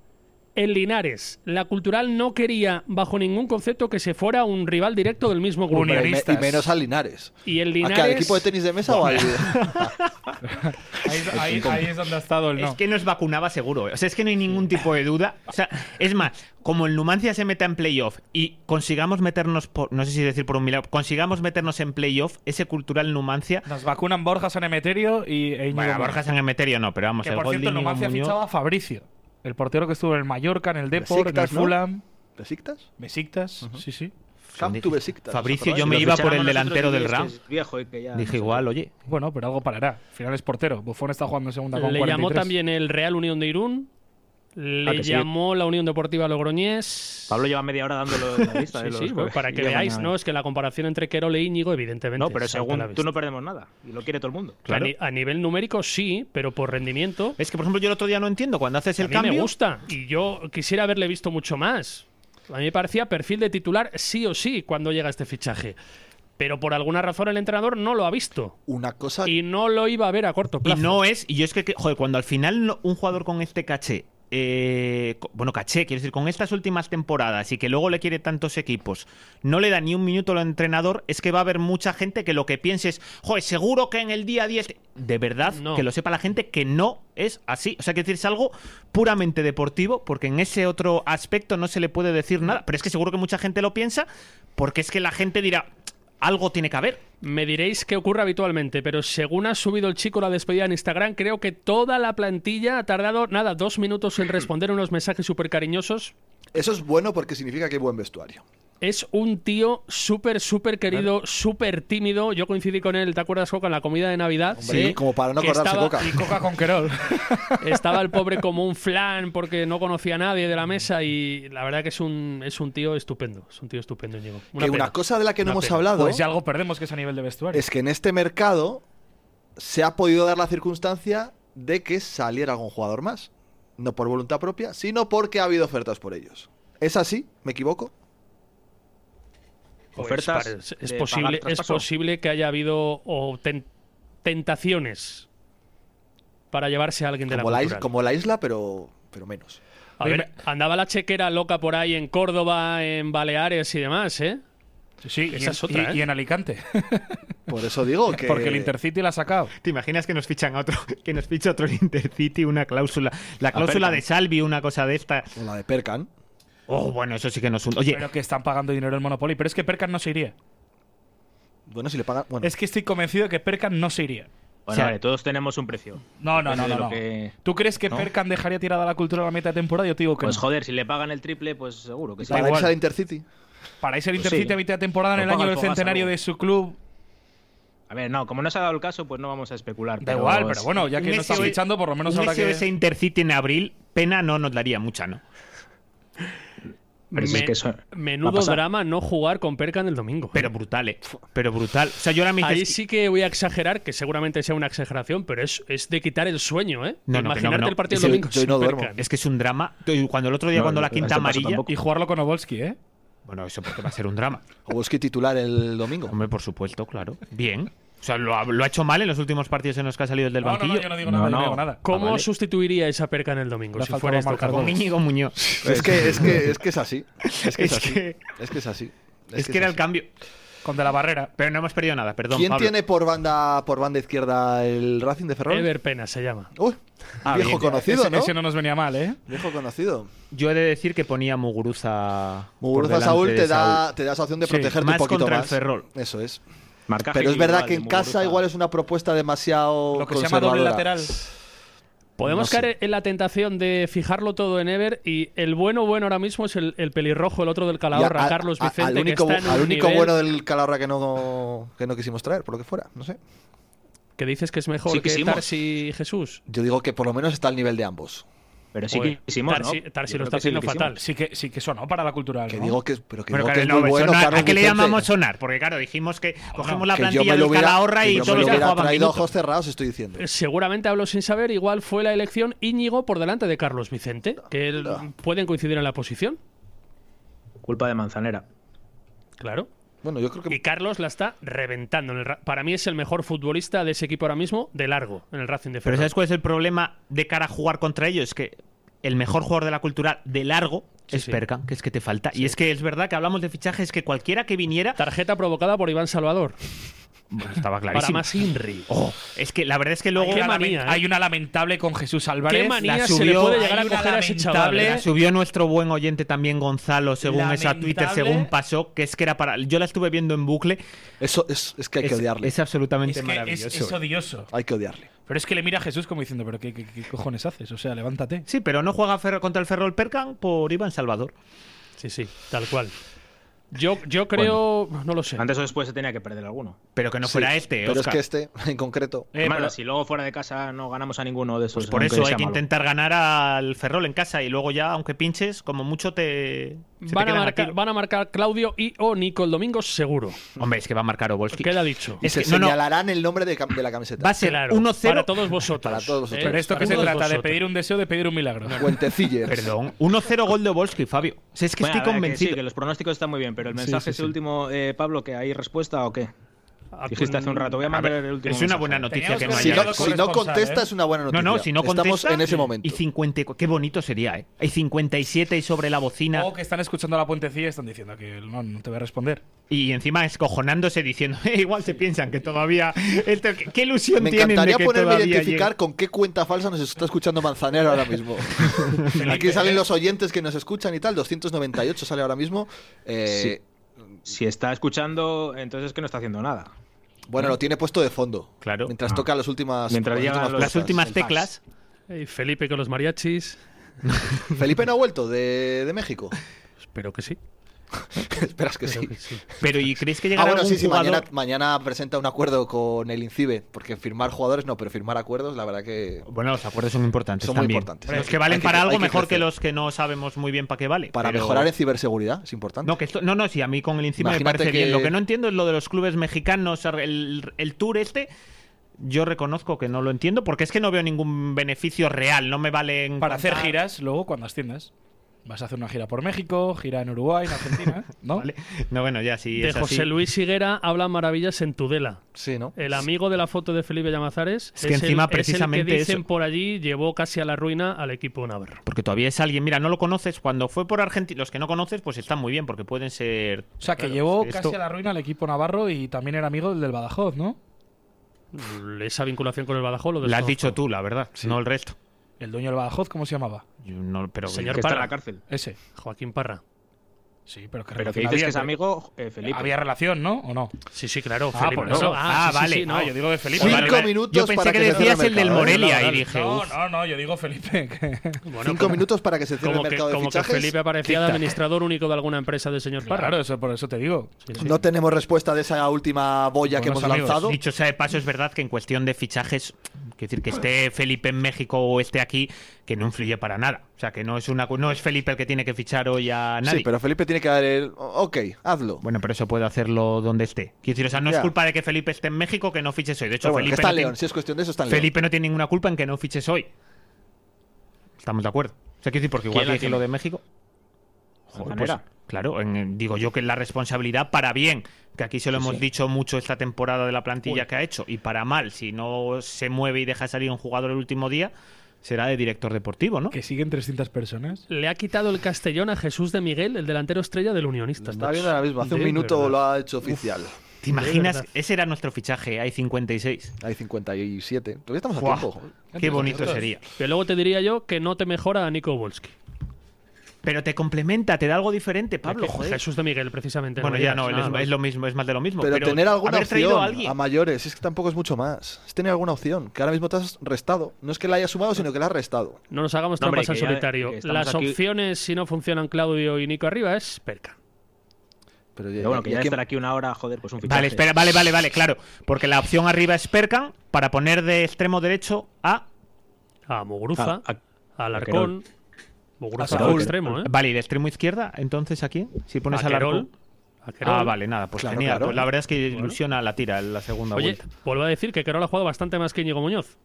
El Linares. La Cultural no quería, bajo ningún concepto, que se fuera un rival directo del mismo grupo. Pero y, me- y Unionistas. menos al Linares. Y el ¿A qué, Linares. ¿Al Ah, equipo de tenis de mesa o al.? Ahí, es- ahí- ahí es donde ha estado el no. Es que nos vacunaba seguro. eh. O sea, es que no hay ningún tipo de duda. O sea, es más, como el Numancia se meta en playoff y consigamos meternos por, no sé si decir por un milagro, consigamos meternos en playoff, ese cultural Numancia. Nos vacunan Borja San Emeterio y e Íñigo Bueno, a Muñoz. Borja San Emeterio no, pero vamos, Que el por gol cierto, de el Íñigo Numancia Muñoz- fichaba a Fabricio, el portero que estuvo en el Mallorca, en el Depor, en el Besiktas, ¿no? Fulham, ¿Besiktas? Besiktas, sí, sí. Camp to Besiktas. Fabricio, yo ¿Os me acordáis? iba por Ficharon el a nosotros delantero y del es que RAM. es Viejo y que ya Dije igual, oye, Bueno, pero algo parará. Al final es portero. Buffon está jugando en segunda con Le 43. llamó también el Real Unión de Irún. Ah, Le que sí. llamó la Unión Deportiva Logroñés. Pablo lleva media hora dándolo en la lista. Sí, de sí, los- eh. bueno, para que y ya veáis, mañana. ¿no? Es que la comparación entre Querol e Íñigo, evidentemente. No, pero salta a la según vista. tú no perdemos nada. Y lo quiere todo el mundo. A, ni- a nivel numérico sí, pero por rendimiento. Es que, por ejemplo, yo el otro día no entiendo. Cuando haces a el mí cambio. me gusta. Y yo quisiera haberle visto mucho más. A mí me parecía perfil de titular sí o sí cuando llega este fichaje. Pero por alguna razón el entrenador no lo ha visto. Una cosa. Y no lo iba a ver a corto Y plazo. no es. Y yo es que, que- joder, cuando al final no- un jugador con este caché. eh, co- bueno, caché, quiero decir, con estas últimas temporadas y que luego le quiere tantos equipos, no le da ni un minuto al entrenador, es que va a haber mucha gente que lo que piense es, joder, seguro que en el día 10, de verdad, No. que lo sepa la gente, que no es así. O sea, quiero decir, es algo puramente deportivo, porque en ese otro aspecto no se le puede decir nada, pero es que seguro que mucha gente lo piensa, porque es que la gente dirá, algo tiene que haber. Me diréis que ocurre habitualmente, pero según ha subido el chico la despedida en Instagram, creo que toda la plantilla ha tardado, nada, dos minutos en responder unos mensajes súper cariñosos. Eso es bueno porque significa que hay buen vestuario. Es un tío súper, súper querido, súper tímido. Yo coincidí con él, ¿te acuerdas, Coca, en la comida de Navidad? Hombre, como para no Que acordarse, estaba- Coca. Y Coca con Querol. Estaba el pobre como un flan porque no conocía a nadie de la mesa y la verdad que es un, es un tío estupendo. Es un tío estupendo, Íñigo. Una que pena. una cosa de la que no Una hemos pena. hablado Pues si algo perdemos que es a nivel de vestuario. es que en este mercado se ha podido dar la circunstancia de que saliera algún jugador más. No por voluntad propia, sino porque ha habido ofertas por ellos. ¿Es así? ¿Me equivoco? Pues, Ofertas pare- es- es, de pagar posible, es traspaso. posible que haya habido o ten- tentaciones para llevarse a alguien de Como la la, is- cultural. como la isla, pero, pero menos. A ver, andaba la chequera loca por ahí en Córdoba, en Baleares y demás, ¿eh? Sí, Esa es y, en, otra, y- ¿eh? y en Alicante. Por eso digo que. Porque el Intercity la ha sacado. ¿Te imaginas que nos fichan a otro, que nos ficha otro Intercity una cláusula, la cláusula Perkan. de Salvi, una cosa de esta? O la de Percan. Oh, bueno, eso sí que nos un... Oye, Pero que están pagando dinero el Monopoly. Pero es que Perkan no se iría. Bueno, si le pagan. Bueno, Es que estoy convencido de que Perkan no se iría. O Bueno, sea- vale, todos tenemos un precio. No, no, no, Depende no. de lo no. que- ¿Tú crees que ¿no? Perkan dejaría tirada la cultura a la meta de temporada? Yo te digo que Pues no. joder, si le pagan el triple, pues seguro que sí. para igual. irse al Intercity. Para irse el Pues Intercity sí. a mitad de temporada en Lo el paga año el del Fogasa centenario luego. de su club. A ver, no, como no se ha dado el caso, pues no vamos a especular. Da igual, pero bueno, ya que un no está SOS fichando, por lo menos un habrá que. SOS Intercity en abril, pena no nos daría mucha, ¿no? Pero si es Me- que eso- va a Menudo pasar. drama no jugar con Perkan el domingo. Pero brutal, eh. Pero brutal. O sea, yo ahora me Ahí dices- sí que voy a exagerar, que seguramente sea una exageración, pero es, es de quitar el sueño, ¿eh? No, no, que no, Imaginarte no. el partido Yo- del domingo. yo sin no duermo. Perkan. Es que es un drama. Cuando el otro día, No, cuando la no, no quinta te paso amarilla. tampoco. Y jugarlo con Obolski, ¿eh? Bueno, eso porque va a ser un drama. O es que titular el domingo. Hombre, por supuesto, claro. Bien. O sea, lo ha, lo ha hecho mal en los últimos partidos en los que ha salido del No, no, banquillo. no, yo no digo No, nada, yo no no. digo nada. ¿Cómo vale. sustituiría esa Perkan el domingo Le si faltaba fuera esto? marcar Carlos? Con Íñigo Muñoz. Es que es, que, es que es así. Es que es, Es así. que- Es que es así. Es que era el así. cambio. Con De la Barrera. Pero no hemos perdido nada, perdón. ¿Quién Pablo. tiene por banda por banda izquierda el Racing de Ferrol? Ever Pena se llama. Uy, viejo bien. conocido, ese, ¿no? ese no nos venía mal, ¿eh? Viejo conocido. Yo he de decir que ponía Muguruza. por Muguruza delante Saúl de te da, Saúl. te da esa opción de Sí, protegerte más un poquito contra el más. Ferrol. Eso es. Marcaje Pero es verdad individual que de en casa Muguruza. igual es una propuesta demasiado Lo que se llama doble conservadora. lateral. Podemos No sé. caer en la tentación de fijarlo todo en Ever y el bueno bueno ahora mismo es el, el pelirrojo, el otro Y del a- Calahorra, a- Carlos a- Vicente, al único, que está en un al único nivel bueno del Calahorra que no, que no quisimos traer, por lo que fuera, no sé. que dices que es mejor Sí, que quisimos. Tarsi y Jesús. Yo digo que por lo menos está al nivel de ambos. Pero sí Joder, que hicimos, ¿no? Tarsi- Tarsi Yo lo creo está que sí haciendo quisimos. fatal. Sí que, sí que sonó para la cultural. Que ¿no? digo que, pero que, Pero digo que que es no, muy sonar- bueno. Carlos ¿A qué le Vicente. llamamos sonar? Porque claro, dijimos que cogemos la Que yo plantilla me del lo hubiera, Calahorra que y yo me todos lo ya hubiera jugaban traído minutos. ojos cerrados, estoy diciendo. Seguramente hablo sin saber, igual fue la elección Íñigo por delante de Carlos Vicente, que él- pueden coincidir en la posición, Culpa de Manzanera. claro. Bueno, yo creo que Y Carlos la está reventando. en el Ra- Para mí es el mejor futbolista de ese equipo ahora mismo, de largo, en el Racing de Pero Ferrol. ¿sabes cuál es el problema de cara a jugar contra ellos? Que el mejor jugador de la cultural de largo Sí, es sí. Perkan, que es que te falta. Y es que es verdad que hablamos de fichajes que cualquiera que viniera Tarjeta provocada por Iván Salvador. Bueno, estaba Para clarísimo. más Inri. Oh, es que la verdad es que Hay luego una Qué manía, lamen- ¿eh? Hay una lamentable con Jesús Álvarez. ¿Qué manía la se le subió- puede llegar hay a una coger a ese chaval? lamentable- eh? la Ah, subió nuestro buen oyente también Gonzalo, según esa Lamentable. Twitter, según pasó, que es que era para. Yo la estuve viendo en bucle. eso es, es que hay que es, odiarle. es absolutamente Es que es, maravilloso. es odioso. Hay que odiarle. Pero es que le mira a Jesús como diciendo, pero ¿qué, qué- qué cojones haces? O sea, levántate. Sí, pero no juega Ferro- contra el Ferrol Perkan por Iván Salvador. Sí, sí, tal cual. Yo, yo creo, no lo sé. Antes o después se tenía que perder alguno. Pero que no Sí, fuera este, Pero Óscar. es que este, en concreto, Eh, Hermano, pero- si luego fuera de casa no ganamos a ninguno de esos. Pues por aunque eso sea hay que malo. intentar ganar al Ferrol en casa y luego ya, aunque pinches, como mucho te. se te Van a, quedan a marcar, tiro. van a marcar Claudio y o Nico el domingo seguro. Hombre, es que va a marcar Obolski. Queda dicho. y Es se que- no, no. señalarán el nombre de, cam- de la camiseta. Va a ser Claro, 1-0. para todos vosotros. ¿eh? Para todos vosotros. Pero esto que para se todos trata de vosotros. pedir un deseo, de pedir un milagro. Cuentecillers. Perdón, 1-0 gol de Obolski, Fabio. O sea, es que Bueno, a estoy ver, que convencido. sí, que los pronósticos están muy bien, pero el mensaje sí, ese sí. último, eh, Pablo, que hay respuesta o qué? Ah, Dijiste hace un rato, voy a mm, A mandar ver, el último. es una mensaje. buena noticia Teníamos que que no Si haya. decirlo no, Mañana. si no contesta ¿eh? es una buena noticia. No, no, si no contesta. Estamos en ese momento. Y 50, qué bonito sería, ¿eh? Hay 57 y sobre la bocina. O que están escuchando a la puentecilla y están diciendo que no, no te voy a responder. Y encima escojonándose diciendo, "Eh, igual se piensan que todavía. esto- qué- ¿Qué ilusión Me tienen de encantaría que ponerme a todavía identificar llegue". con qué cuenta falsa nos está escuchando Manzanero ahora mismo. Aquí salen los oyentes que nos escuchan y tal. 298 sale ahora mismo. Eh, Si está escuchando, entonces que no está haciendo nada. Bueno, lo tiene puesto de fondo. Claro. Mientras Ah. toca las últimas. Mientras llegan los- Las últimas el fax. teclas. Ey, Felipe con los mariachis. Felipe no ha vuelto de, de México. Espero que sí. Esperas que sí. Creo que sí. Pero ¿y creéis que Ah, llegará bueno, algún sí, sí. jugador? Mañana, mañana presenta un acuerdo con el INCIBE. Porque firmar jugadores no, pero firmar acuerdos, la verdad que. Bueno, los acuerdos son importantes Son muy también. importantes. Los Hay que valen que- para hay algo que mejor que crecer. los que no sabemos muy bien para qué vale. Para pero- mejorar en ciberseguridad es importante. No, que esto, no, no, sí, a mí con el encima me Imagínate parece bien. que- Lo que no entiendo es lo de los clubes mexicanos, el, el tour este. Yo reconozco que no lo entiendo porque es que no veo ningún beneficio real. No me valen Para hacer contar- giras luego cuando asciendas. Vas a hacer una gira por México, gira en Uruguay, en Argentina, ¿no? No, bueno, ya sí. De es José así. Luis Higuera habla maravillas en Tudela. Sí, ¿no? El amigo de la foto de Felipe Llamazares Es que el- encima el que precisamente dicen eso- por allí llevó casi a la ruina al equipo navarro. Porque todavía es alguien, mira, no lo conoces. Cuando fue por Argentina, los que no conoces, pues están muy bien, porque pueden ser. O sea, que Claro, llevó esto- casi a la ruina al equipo navarro y también era amigo del del Badajoz, ¿no? Esa vinculación con el Badajoz lo La has desconozco. dicho tú, la verdad, no el resto. El dueño del Badajoz, ¿cómo se llamaba? Yo no, pero Señor que está en Parra. la cárcel. Ese. Joaquín Parra. Sí, pero que Pero que relación dices que es había, amigo, eh, Felipe. Había relación, ¿no? ¿O no? Sí, sí, claro. Ah, Felipe por Navarro. eso. Ah, sí, Ah, sí, vale. sí, no. Ah, yo digo de Felipe. Cinco Vale, vale. minutos Yo pensé para que que se cierre decías el del mercado, ¿eh? Morelia No, y dije, No, "Uf". no, no, yo digo Felipe. que- Bueno, Cinco como- minutos para que se cierre el Como, que, mercado de como que fichajes. Felipe aparecía de Tic-tac. administrador único de alguna empresa del señor Parra. Claro, eso, por eso te digo. No tenemos respuesta de esa última boya que Buenos hemos amigos. lanzado. Dicho sea de paso, es verdad que en cuestión de fichajes, quiero decir, que esté Felipe en México o esté aquí, que no influye para nada. O sea, que no es una cu- no es Felipe el que tiene que fichar hoy a nadie. Sí, pero Felipe tiene que dar el. Ok, hazlo. Bueno, pero eso puede hacerlo donde esté. Quiero decir, o sea, no Ya. es culpa de que Felipe esté en México que no fiches hoy. De hecho, Pero bueno, que Felipe, está no en León, tiene, si es cuestión de eso, está en Felipe no tiene ninguna culpa en que no fiches hoy. Estamos de acuerdo. O sea, quiero decir, porque ¿Quién igual la dije tiene? lo de México. Joder, pues, Manera. claro, en- en- digo yo que la responsabilidad para bien, que aquí se lo hemos dicho mucho esta temporada de la plantilla que ha hecho, y para mal, si no se mueve y deja salir un jugador el último día, será de director deportivo, ¿no? Que siguen 300 personas. Le ha quitado el Castellón a Jesús de Miguel, el delantero estrella del Unionista. León. Está viendo ahora mismo, hace un De minuto verdad. lo ha hecho oficial. ¿Te imaginas? verdad. Ese era nuestro fichaje, hay 56. Hay 57. Todavía estamos a Buah, tiempo. Qué bonito sería. Que luego te diría yo que no te mejora a Nico Wolski. Pero te complementa, te da algo diferente, Pablo. Joder. Jesús de Miguel, precisamente. Bueno, ya no, digas es, nada, es lo mismo, es más de lo mismo. Pero, tener alguna haber traído opción a a, alguien. mayores, es que tampoco es mucho más. Es tener alguna opción, que ahora mismo te has restado. No es que la hayas sumado, sino que la has restado. No nos hagamos No, hombre, trampas al que ya- solitario. que estamos Las aquí- opciones, si no funcionan Claudio y Nico arriba, es perca. Pero, Pero bueno, que ¿y a ya quién- estar aquí una hora, joder, pues un fichaje. Vale, espera, vale, vale, vale, claro. Porque la opción arriba es Perkan para poner de extremo derecho a. A Muguruza, Ah, a Alarcón, Muguruza al Querol. extremo, ¿eh? Vale, y de extremo izquierda, entonces aquí, si pones A a la. Querol. A Querol. Ah, vale, nada, pues Claro, genial. claro. Pues la verdad es que ilusiona la tira en la segunda Oye, vuelta. vuelvo a decir que Querol ha jugado bastante más que Íñigo Muñoz.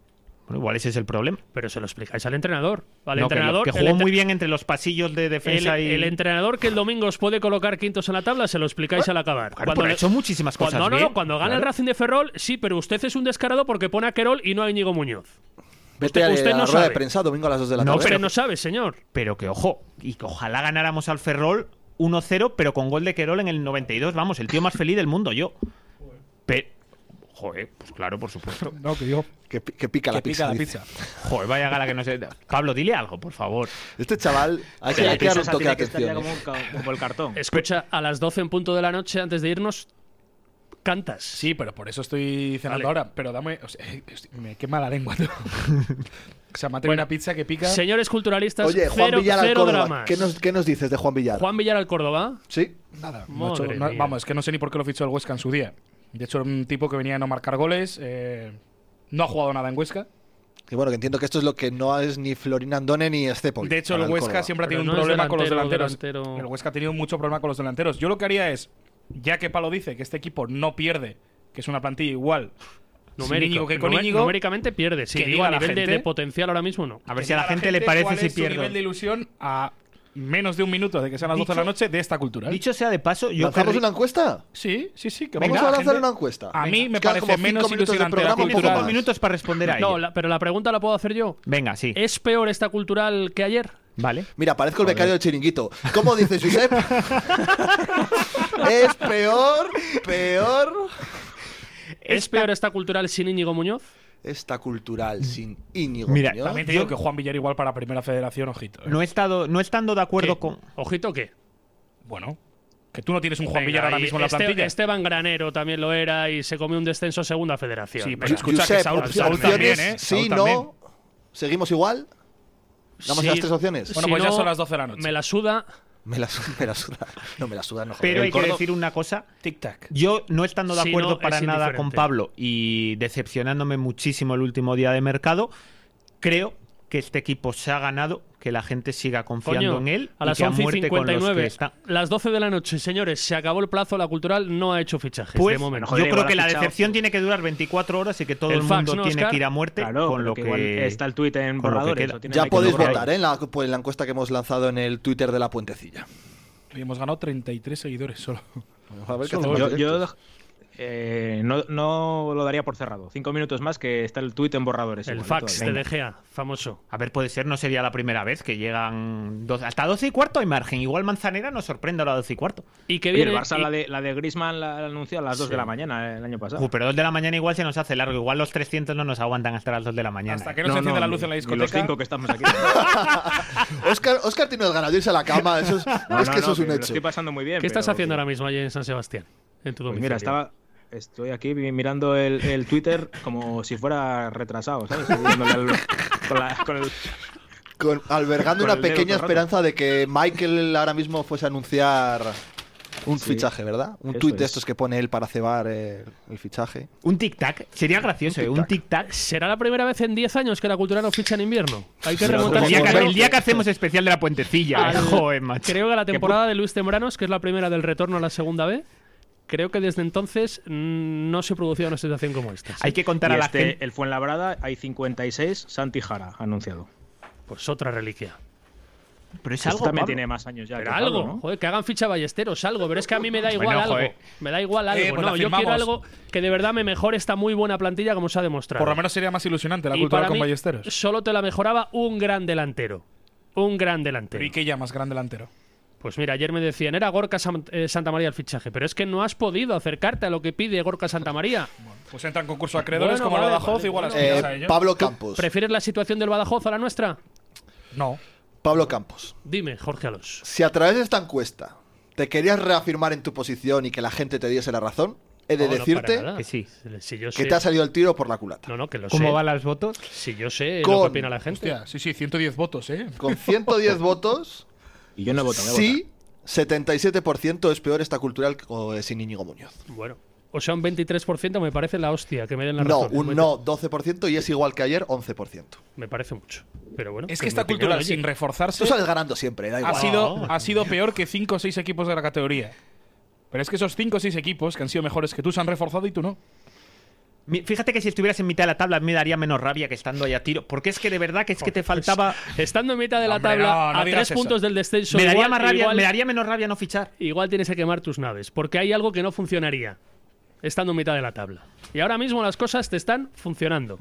Bueno, igual ese es el problema. Pero se lo explicáis al entrenador. Al No, que lo- entrenador que, el jugó entre- muy bien entre los pasillos de El, defensa y. el entrenador que el domingo os puede colocar quintos en la tabla, se lo explicáis al acabar. Claro, pero ha le- hecho muchísimas cuando- cosas. no, no, bien. no, cuando gana el Claro. Racing de Ferrol, sí, pero usted es un descarado porque pone a Querol y no a Íñigo Muñoz. Vete a la usted no rueda sabe. de prensa domingo a las 2 de la No, tarde. Usted no sabe, señor. Pero que ojo, y que ojalá ganáramos al Ferrol 1-0, pero con gol de Querol en el 92. Vamos, el tío más feliz del mundo, yo. Pero, joder, pues claro, por supuesto. No, que yo. Que, pi- que pica, la, que pica pizza, dice. la pizza. Joder, vaya gala que no se. Pablo, dile algo, por favor. Este chaval, hay que, La hay que darle un princesa toque de tiene que estar ya atención. ¿eh? como, un ca- como el cartón. Escucha, a las 12 en punto de la noche, antes de irnos, cantas. Sí, pero por eso estoy cenando Vale. ahora. Pero dame. o sea, eh, hostia, me quema la lengua. tú. o sea, me ha traído Bueno, una pizza que pica. Señores culturalistas, Oye, Juan cero, Villar al cero Córdoba. dramas. ¿Qué nos, ¿Qué nos dices de Juan Villar? Juan Villar al Córdoba. Sí. Nada. no ha Madre hecho- no- mía. vamos, es que no sé ni por qué lo fichó el Huesca en su día. De hecho, era un tipo que venía a no marcar goles. eh, no ha jugado nada en Huesca. Que bueno, que entiendo que esto es lo que no es ni Florin Andone ni Estepoy. De hecho, el para Huesca Córdoba. siempre ha Pero tenido un no es problema con los delantero, delanteros. delantero. El Huesca ha tenido mucho problema con los delanteros. Yo lo que haría es, ya que Palo dice que este equipo no pierde, que es una plantilla igual sin Numérico- Íñigo que con numé- Íñigo, numéricamente pierde. Sí, que digo, diga a la nivel de, gente- de potencial ahora mismo no. A ver que si a la diga gente le parece cuál si es su nivel de pierde. ilusión a menos de un minuto de que sean las 12 de la Dicho- noche de esta cultura. ¿eh? Dicho sea de paso, yo. ¿Lanzamos una encuesta? Sí, sí, sí. Que Vamos venga, a la lanzar gente- una encuesta. A mí Venga. me Quedan parece como menos cinco minutos de ilusionante la programa, un Tienes poco cultura. dos más. minutos para responder a No, ella. la- Eh, pero la pregunta la puedo hacer yo. Venga, sí. ¿Es peor esta cultural que ayer? Vale. Mira, parezco el becario del chiringuito. ¿Cómo dices, Josep? es peor, peor. ¿Es peor esta cultural sin Íñigo Muñoz? Esta cultural sin Íñigo. Mira, Muñoz. También te digo que Juan Villar igual para Primera Federación, ojito. ¿eh? No, he estado, no estando de acuerdo ¿Qué? con. Ojito que. Bueno, que tú no tienes un Juan Venga, Villar ahora y mismo en la Este- plantilla. Esteban Granero también lo era y se comió un descenso a segunda federación. Sí, Venga. pero escucha que Josep, Saúl, opci- Saúl opciones, también, ¿eh? sí, Saúl no. también. ¿Seguimos igual? ¿Damos Sí. las tres opciones? Bueno, Si pues ya no, son las 12 de la noche. Me la suda. Me la, su- me la suda. No, me la suda, no. joder. Pero El hay que Córdoba- decir una cosa. Tic-tac. Yo no estando de Si eh, acuerdo no, para es nada con indiferente. Pablo y decepcionándome muchísimo el último día de mercado, creo que este equipo se ha ganado que la gente siga confiando Coño, en él. a las y que a 11 y muerte con los que 59, está. las 12 de la noche, señores, se acabó el plazo, la cultural no ha hecho fichajes Pues, de momento. yo creo que la decepción tiene que durar 24 horas y que todo El el, fax, mundo ¿no, tiene Oscar? que ir a muerte Claro, con lo que que, igual está el tuit en con lo que borradores, queda. o tiene Ya Hay que podéis borrar. votar ¿eh? en, la, pues, en la encuesta que hemos lanzado en el Twitter de la puentecilla. Y hemos ganado 33 seguidores solo. Vamos a ver qué Solo hacemos. yo- directos. Yo eh, no, no lo daría por cerrado. Cinco minutos más que está el tuit en borradores. El igual, fax de todavía. De Gea, famoso. A ver, puede ser, no sería la primera vez que llegan 12 hasta 12 y cuarto hay margen. Igual Manzanera nos sorprende ahora a 12 y cuarto. Y que Oye, viene... el Barça, y- la de, la de Griezmann la, la anunció a las 2 Sí. de la mañana eh, el año pasado. Uy, pero 2 de la mañana igual se nos hace largo. Igual los 300 no nos aguantan hasta las 2 de la mañana. Hasta ¿eh? que no, se encienda la luz en la ni discoteca. los cinco que estamos aquí. Óscar Óscar tiene ganas de irse a la cama. Eso es, No, es no, que eso no, es un me lo hecho. estoy pasando muy bien. ¿Qué estás pero- haciendo ahora mismo allí en San Sebastián? En Pues tu domicilio. mira, estaba. Estoy aquí vi- mirando el, el Twitter como si fuera retrasado, ¿sabes? Estoy viéndole al- con la- con el- Con- albergando Con una el dedo todo pequeña el rato. esperanza de que Michael ahora mismo fuese a anunciar un Sí. fichaje, ¿verdad? Un Eso tuit de es. estos que pone él para cebar eh, el fichaje. Un tic-tac. Sería gracioso, ¿eh? un tic-tac. ¿Será la primera vez en 10 años que la cultura no ficha en invierno? Hay que Será remontar como- El día, que, Bueno. el día que hacemos especial de la puentecilla. ¿eh? Al- Joder, macho. Creo que la temporada de Luis Tembranos, que es la primera del retorno a la segunda B, creo que desde entonces mm, no se producía una situación como esta. ¿sí? Hay que contar y a la este, gente. el Fuenlabrada hay 56, Santi Jara anunciado. Pues otra reliquia. Pero es Este algo. también Pablo. tiene más años ya. Pero que Pablo, algo, ¿no? joder, que hagan ficha ballesteros, algo. Pero es que a mí me da Bueno, igual algo. joder. Me da igual algo. Eh, pues la no, yo firmamos. quiero algo que de verdad me mejore esta muy buena plantilla, como se ha demostrado. Por lo menos sería más ilusionante la Y cultura para con mí, Ballesteros. Solo te la mejoraba un gran delantero. Un gran delantero. Pero ¿y qué llamas gran delantero? Pues mira, ayer me decían, era Gorka Sam- eh, Santa María el fichaje, pero es que no has podido acercarte a lo que pide Gorka Santa María. Pues entran en concurso acreedores Bueno, como vale, el Badajoz, vale, igual bueno. aspiras Eh, a ello. Pablo Campos. ¿Prefieres la situación del Badajoz a la nuestra? No. Pablo Campos. Dime, Jorge Alonso. Si a través de esta encuesta te querías reafirmar en tu posición y que la gente te diese la razón, he de No, no, decirte para nada. que sí. Si yo sé, que te ha salido el tiro por la culata. No, no, que lo sé. ¿Cómo van los votos? Si yo sé lo que Con- opina la gente. Hostia, sí, sí, 110 votos, ¿eh? Con 110 votos, Y yo no he votado. voy a sí, 77% es peor esta cultural que eh, sin Íñigo Muñoz. Bueno, o sea, un 23% me parece la hostia, que me den la No, razón. un no, 12% y es igual que ayer, 11%. Me parece mucho. Pero bueno. Es que mi esta opinión, cultural, oye. sin Tú reforzarse, sales ganando siempre, da ha igual. sido, ha sido peor que 5 o 6 equipos de la categoría. Pero es que esos 5 o 6 equipos que han sido mejores que tú se han reforzado y tú no. Mi- Fíjate que si estuvieras en mitad de la tabla me daría menos rabia que estando ahí a tiro. Porque es que de verdad que es que te faltaba. Estando en mitad de la Hombre, tabla, no, no a digas tres eso. puntos del descenso, Me daría igual- más rabia, igual- me daría menos rabia no fichar. igual tienes que quemar tus naves, porque hay algo que no funcionaría estando en mitad de la tabla. Y ahora mismo las cosas te están funcionando.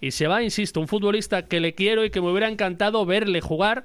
Y se va, insisto, un futbolista que le quiero y que me hubiera encantado verle jugar,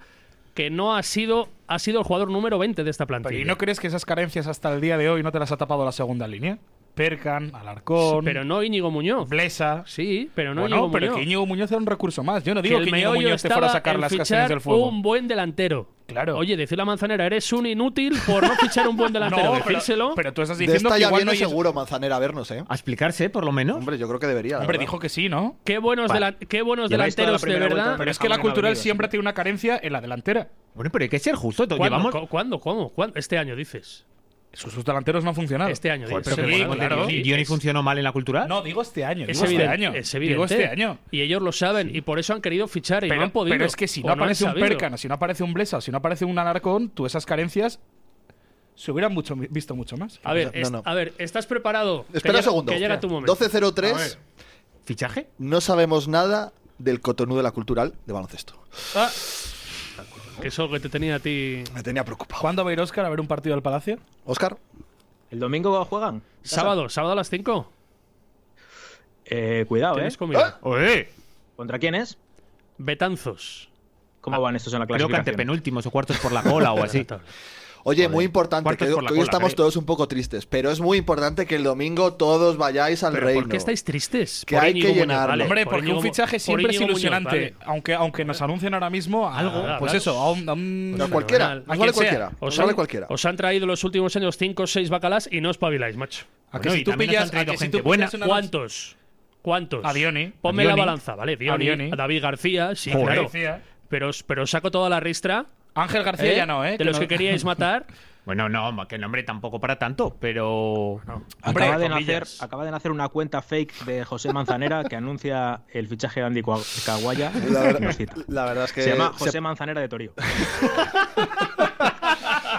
que no ha sido, ha sido el jugador número 20 de esta Pero plantilla. ¿Y no crees que esas carencias hasta el día de hoy no te las ha tapado la segunda línea? Percan, Alarcón, Pero no Íñigo Muñoz. Blesa. Sí, pero no Bueno, Íñigo pero Muñoz. que Íñigo Muñoz era un recurso más. Yo no digo el que, Íñigo meollo Muñoz te estaba fuera a sacar en las fichar castañas del fuego. un buen delantero. Claro. Oye, decirle a Manzanera, eres un inútil por no fichar un buen delantero. No, Decírselo. pero, pero tú estás De diciendo esta que ya igual viene no hay... seguro Manzanera a vernos, ¿eh? A explicarse, por lo menos. Hombre, yo creo que debería. la Hombre, verdad. dijo que sí, ¿no? Qué buenos, Vale. delan- qué buenos Lleváis toda la delanteros de primera vuelta, verdad. Pero es que Jamás la no ha cultural venido, siempre tiene una carencia en la delantera. Bueno, pero hay que ser justo. ¿Cuándo? Llevamos. ¿Cu- ¿Cuándo? ¿Cómo? ¿Cuándo? Este año dices. Sus, sus delanteros no han funcionado. Este año, Joder, dices. pero Sí, que- claro. claro. Sí. Johnny funcionó mal en la cultural. No, digo este año. Es digo este evidente, año. es evidente. Digo este año. Y ellos lo saben y por eso han querido fichar y Pero, no han podido. pero es que si o no aparece han un sabido. Perkan, o si no aparece un Blesa, o si no aparece un Alarcón, tú esas carencias se hubieran mucho, visto mucho más. A ver, No, est- no. a ver, ¿estás preparado? Que Espera un llega- segundo. Que llega tu momento. 12.03, ¿Fichaje? no sabemos nada del Cotonú de la Cultural de baloncesto. Ah. Que eso que te tenía a ti. Me tenía preocupado. ¿Cuándo va a ir Oscar a ver un partido al Palacio? Oscar, ¿El domingo juegan? Sábado, sábado a las 5. Eh, cuidado, ¿eh? ¿Tienes comida? Oye, ¿Contra quién es? Betanzos. ¿Cómo van estos en la creo que clasificación? antepenúltimos o cuartos por la cola o así. oye, muy importante, Cuartos que, por la que hoy cola, estamos creo. todos un poco tristes, pero es muy importante que el domingo todos vayáis al ¿Pero reino. ¿Por qué estáis tristes? Que Por hay que Íñigo Muñoz, llenarlo. vale. Hombre, Por porque Íñigo un Mu- fichaje por siempre es Íñigo Muñoz, ilusionante. vale. Aunque, aunque nos anuncien ahora mismo algo, Ah, pues claro. eso, a un. a un- No, cualquiera, fenomenal. nos vale A quien sea. cualquiera, nos Os vale han- cualquiera. Os han traído los últimos años 5 o 6 bacalás y no os pabiláis, macho. A que Bueno, si y tú también nos pillas han traído a que si gente tú buena. pillas una- ¿Cuántos? ¿Cuántos? A Dioni. Ponme A la Dioni. balanza, ¿vale? Dioni, A Dioni. a David García, sí, Joder. claro. Pero, os- pero os saco toda la ristra Ángel García ¿Eh? ya no, ¿eh? De los que queríais matar. Bueno, no, ma- que el nombre tampoco para tanto, pero. Acaba de, nacer, comillas. acaba de nacer una cuenta fake de José Manzanera que anuncia el fichaje de Andy Cua- Caguaya. La verdad- Nos cita. la verdad es que se llama se- José Manzanera de Torío.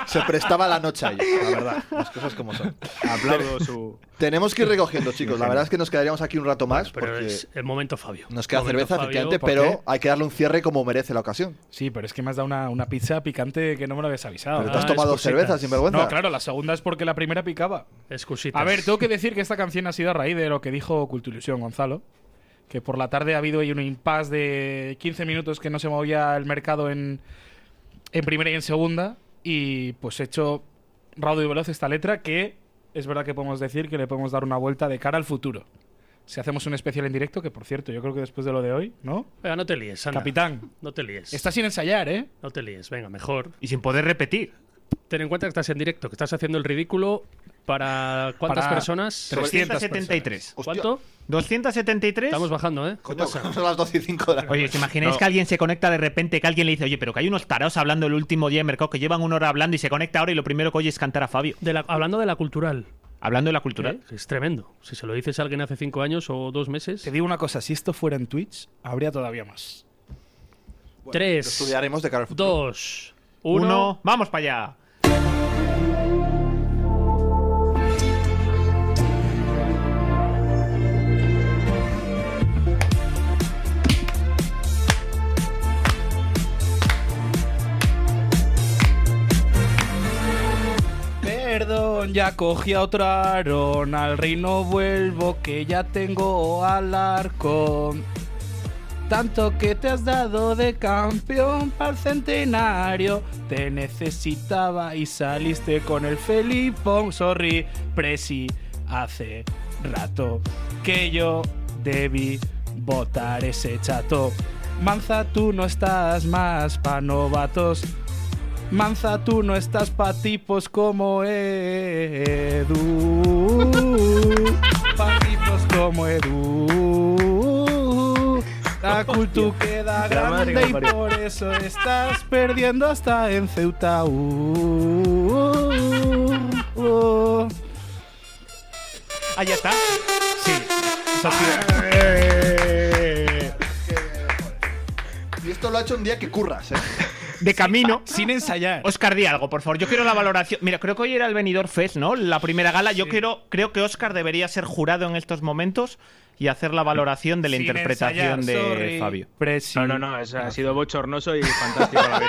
Se prestaba la noche ahí, la verdad. Las cosas como son. Aplaudo su. Tenemos que ir recogiendo, chicos. La verdad es que nos quedaríamos aquí un rato más. Pero porque es el momento Fabio. Nos queda Momento cerveza, Fabio, efectivamente, ¿por pero qué? hay que darle un cierre como merece la ocasión. Sí, pero es que me has dado una, una pizza picante que no me lo habías avisado. Pero te has Ah, tomado excusitas. cerveza, sin vergüenza. No, claro, la segunda es porque la primera picaba. Excusitas. A ver, tengo que decir que esta canción ha sido a raíz de lo que dijo Cultuliusión Gonzalo. Que por la tarde ha habido ahí un impasse de 15 minutos que no se movía el mercado en, en primera y en segunda. Y pues he hecho raudo y veloz esta letra que es verdad que podemos decir que le podemos dar una vuelta de cara al futuro. Si hacemos un especial en directo, que por cierto, yo creo que después de lo de hoy, ¿no? Venga, no te líes, anda. Capitán, No te líes. está sin ensayar, ¿eh? No te líes, venga, mejor. Y sin poder repetir. Ten en cuenta que estás en directo, que estás haciendo el ridículo para cuántas Para personas. 300 273. ¿Cuánto? 273. Estamos bajando, ¿eh? ¿Qué pasa? Son las 12 y 5 de la pues, Oye, ¿os imagináis que alguien se conecta de repente, que alguien le dice, oye, pero que hay unos taraos hablando el último día de mercado, que llevan una hora hablando y se conecta ahora y lo primero que oye es cantar a Fabio? De la- hablando de la cultural. Hablando de la cultura. ¿eh? Es tremendo. Si se lo dices a alguien hace cinco años o dos meses. Te digo una cosa, si esto fuera en Twitch, habría todavía más. Bueno, Tres. lo estudiaremos de cara al futuro. Dos. Uno, Uno. vamos para allá. Perdón, ya cogí a otro arón, al reino vuelvo que ya tengo al arco. Tanto que te has dado de campeón para el centenario, te necesitaba y saliste con el Felipón. Sorry, Presi, hace rato que yo debí votar ese chato. Manza, tú no estás más pa' novatos. Manza, tú no estás pa' tipos como Edu. Pa' tipos como Edu. La cultura queda grande y por eso estás perdiendo hasta en Ceuta. Uh, uh, uh. Allá está. Sí, eso ha sido- Eh. Y esto lo ha hecho un día que curras, ¿eh? De camino. Sin ensayar. Oscar, di algo, por favor. Yo quiero la valoración. Mira, creo que hoy era el Benidorm Fest, ¿no? La primera gala. Yo quiero, creo que Oscar debería ser jurado en estos momentos y hacer la valoración de la Sin interpretación ensayar, de sorry. Fabio. Presi. No, no, no, es- ha sido bochornoso y fantástico a la vez.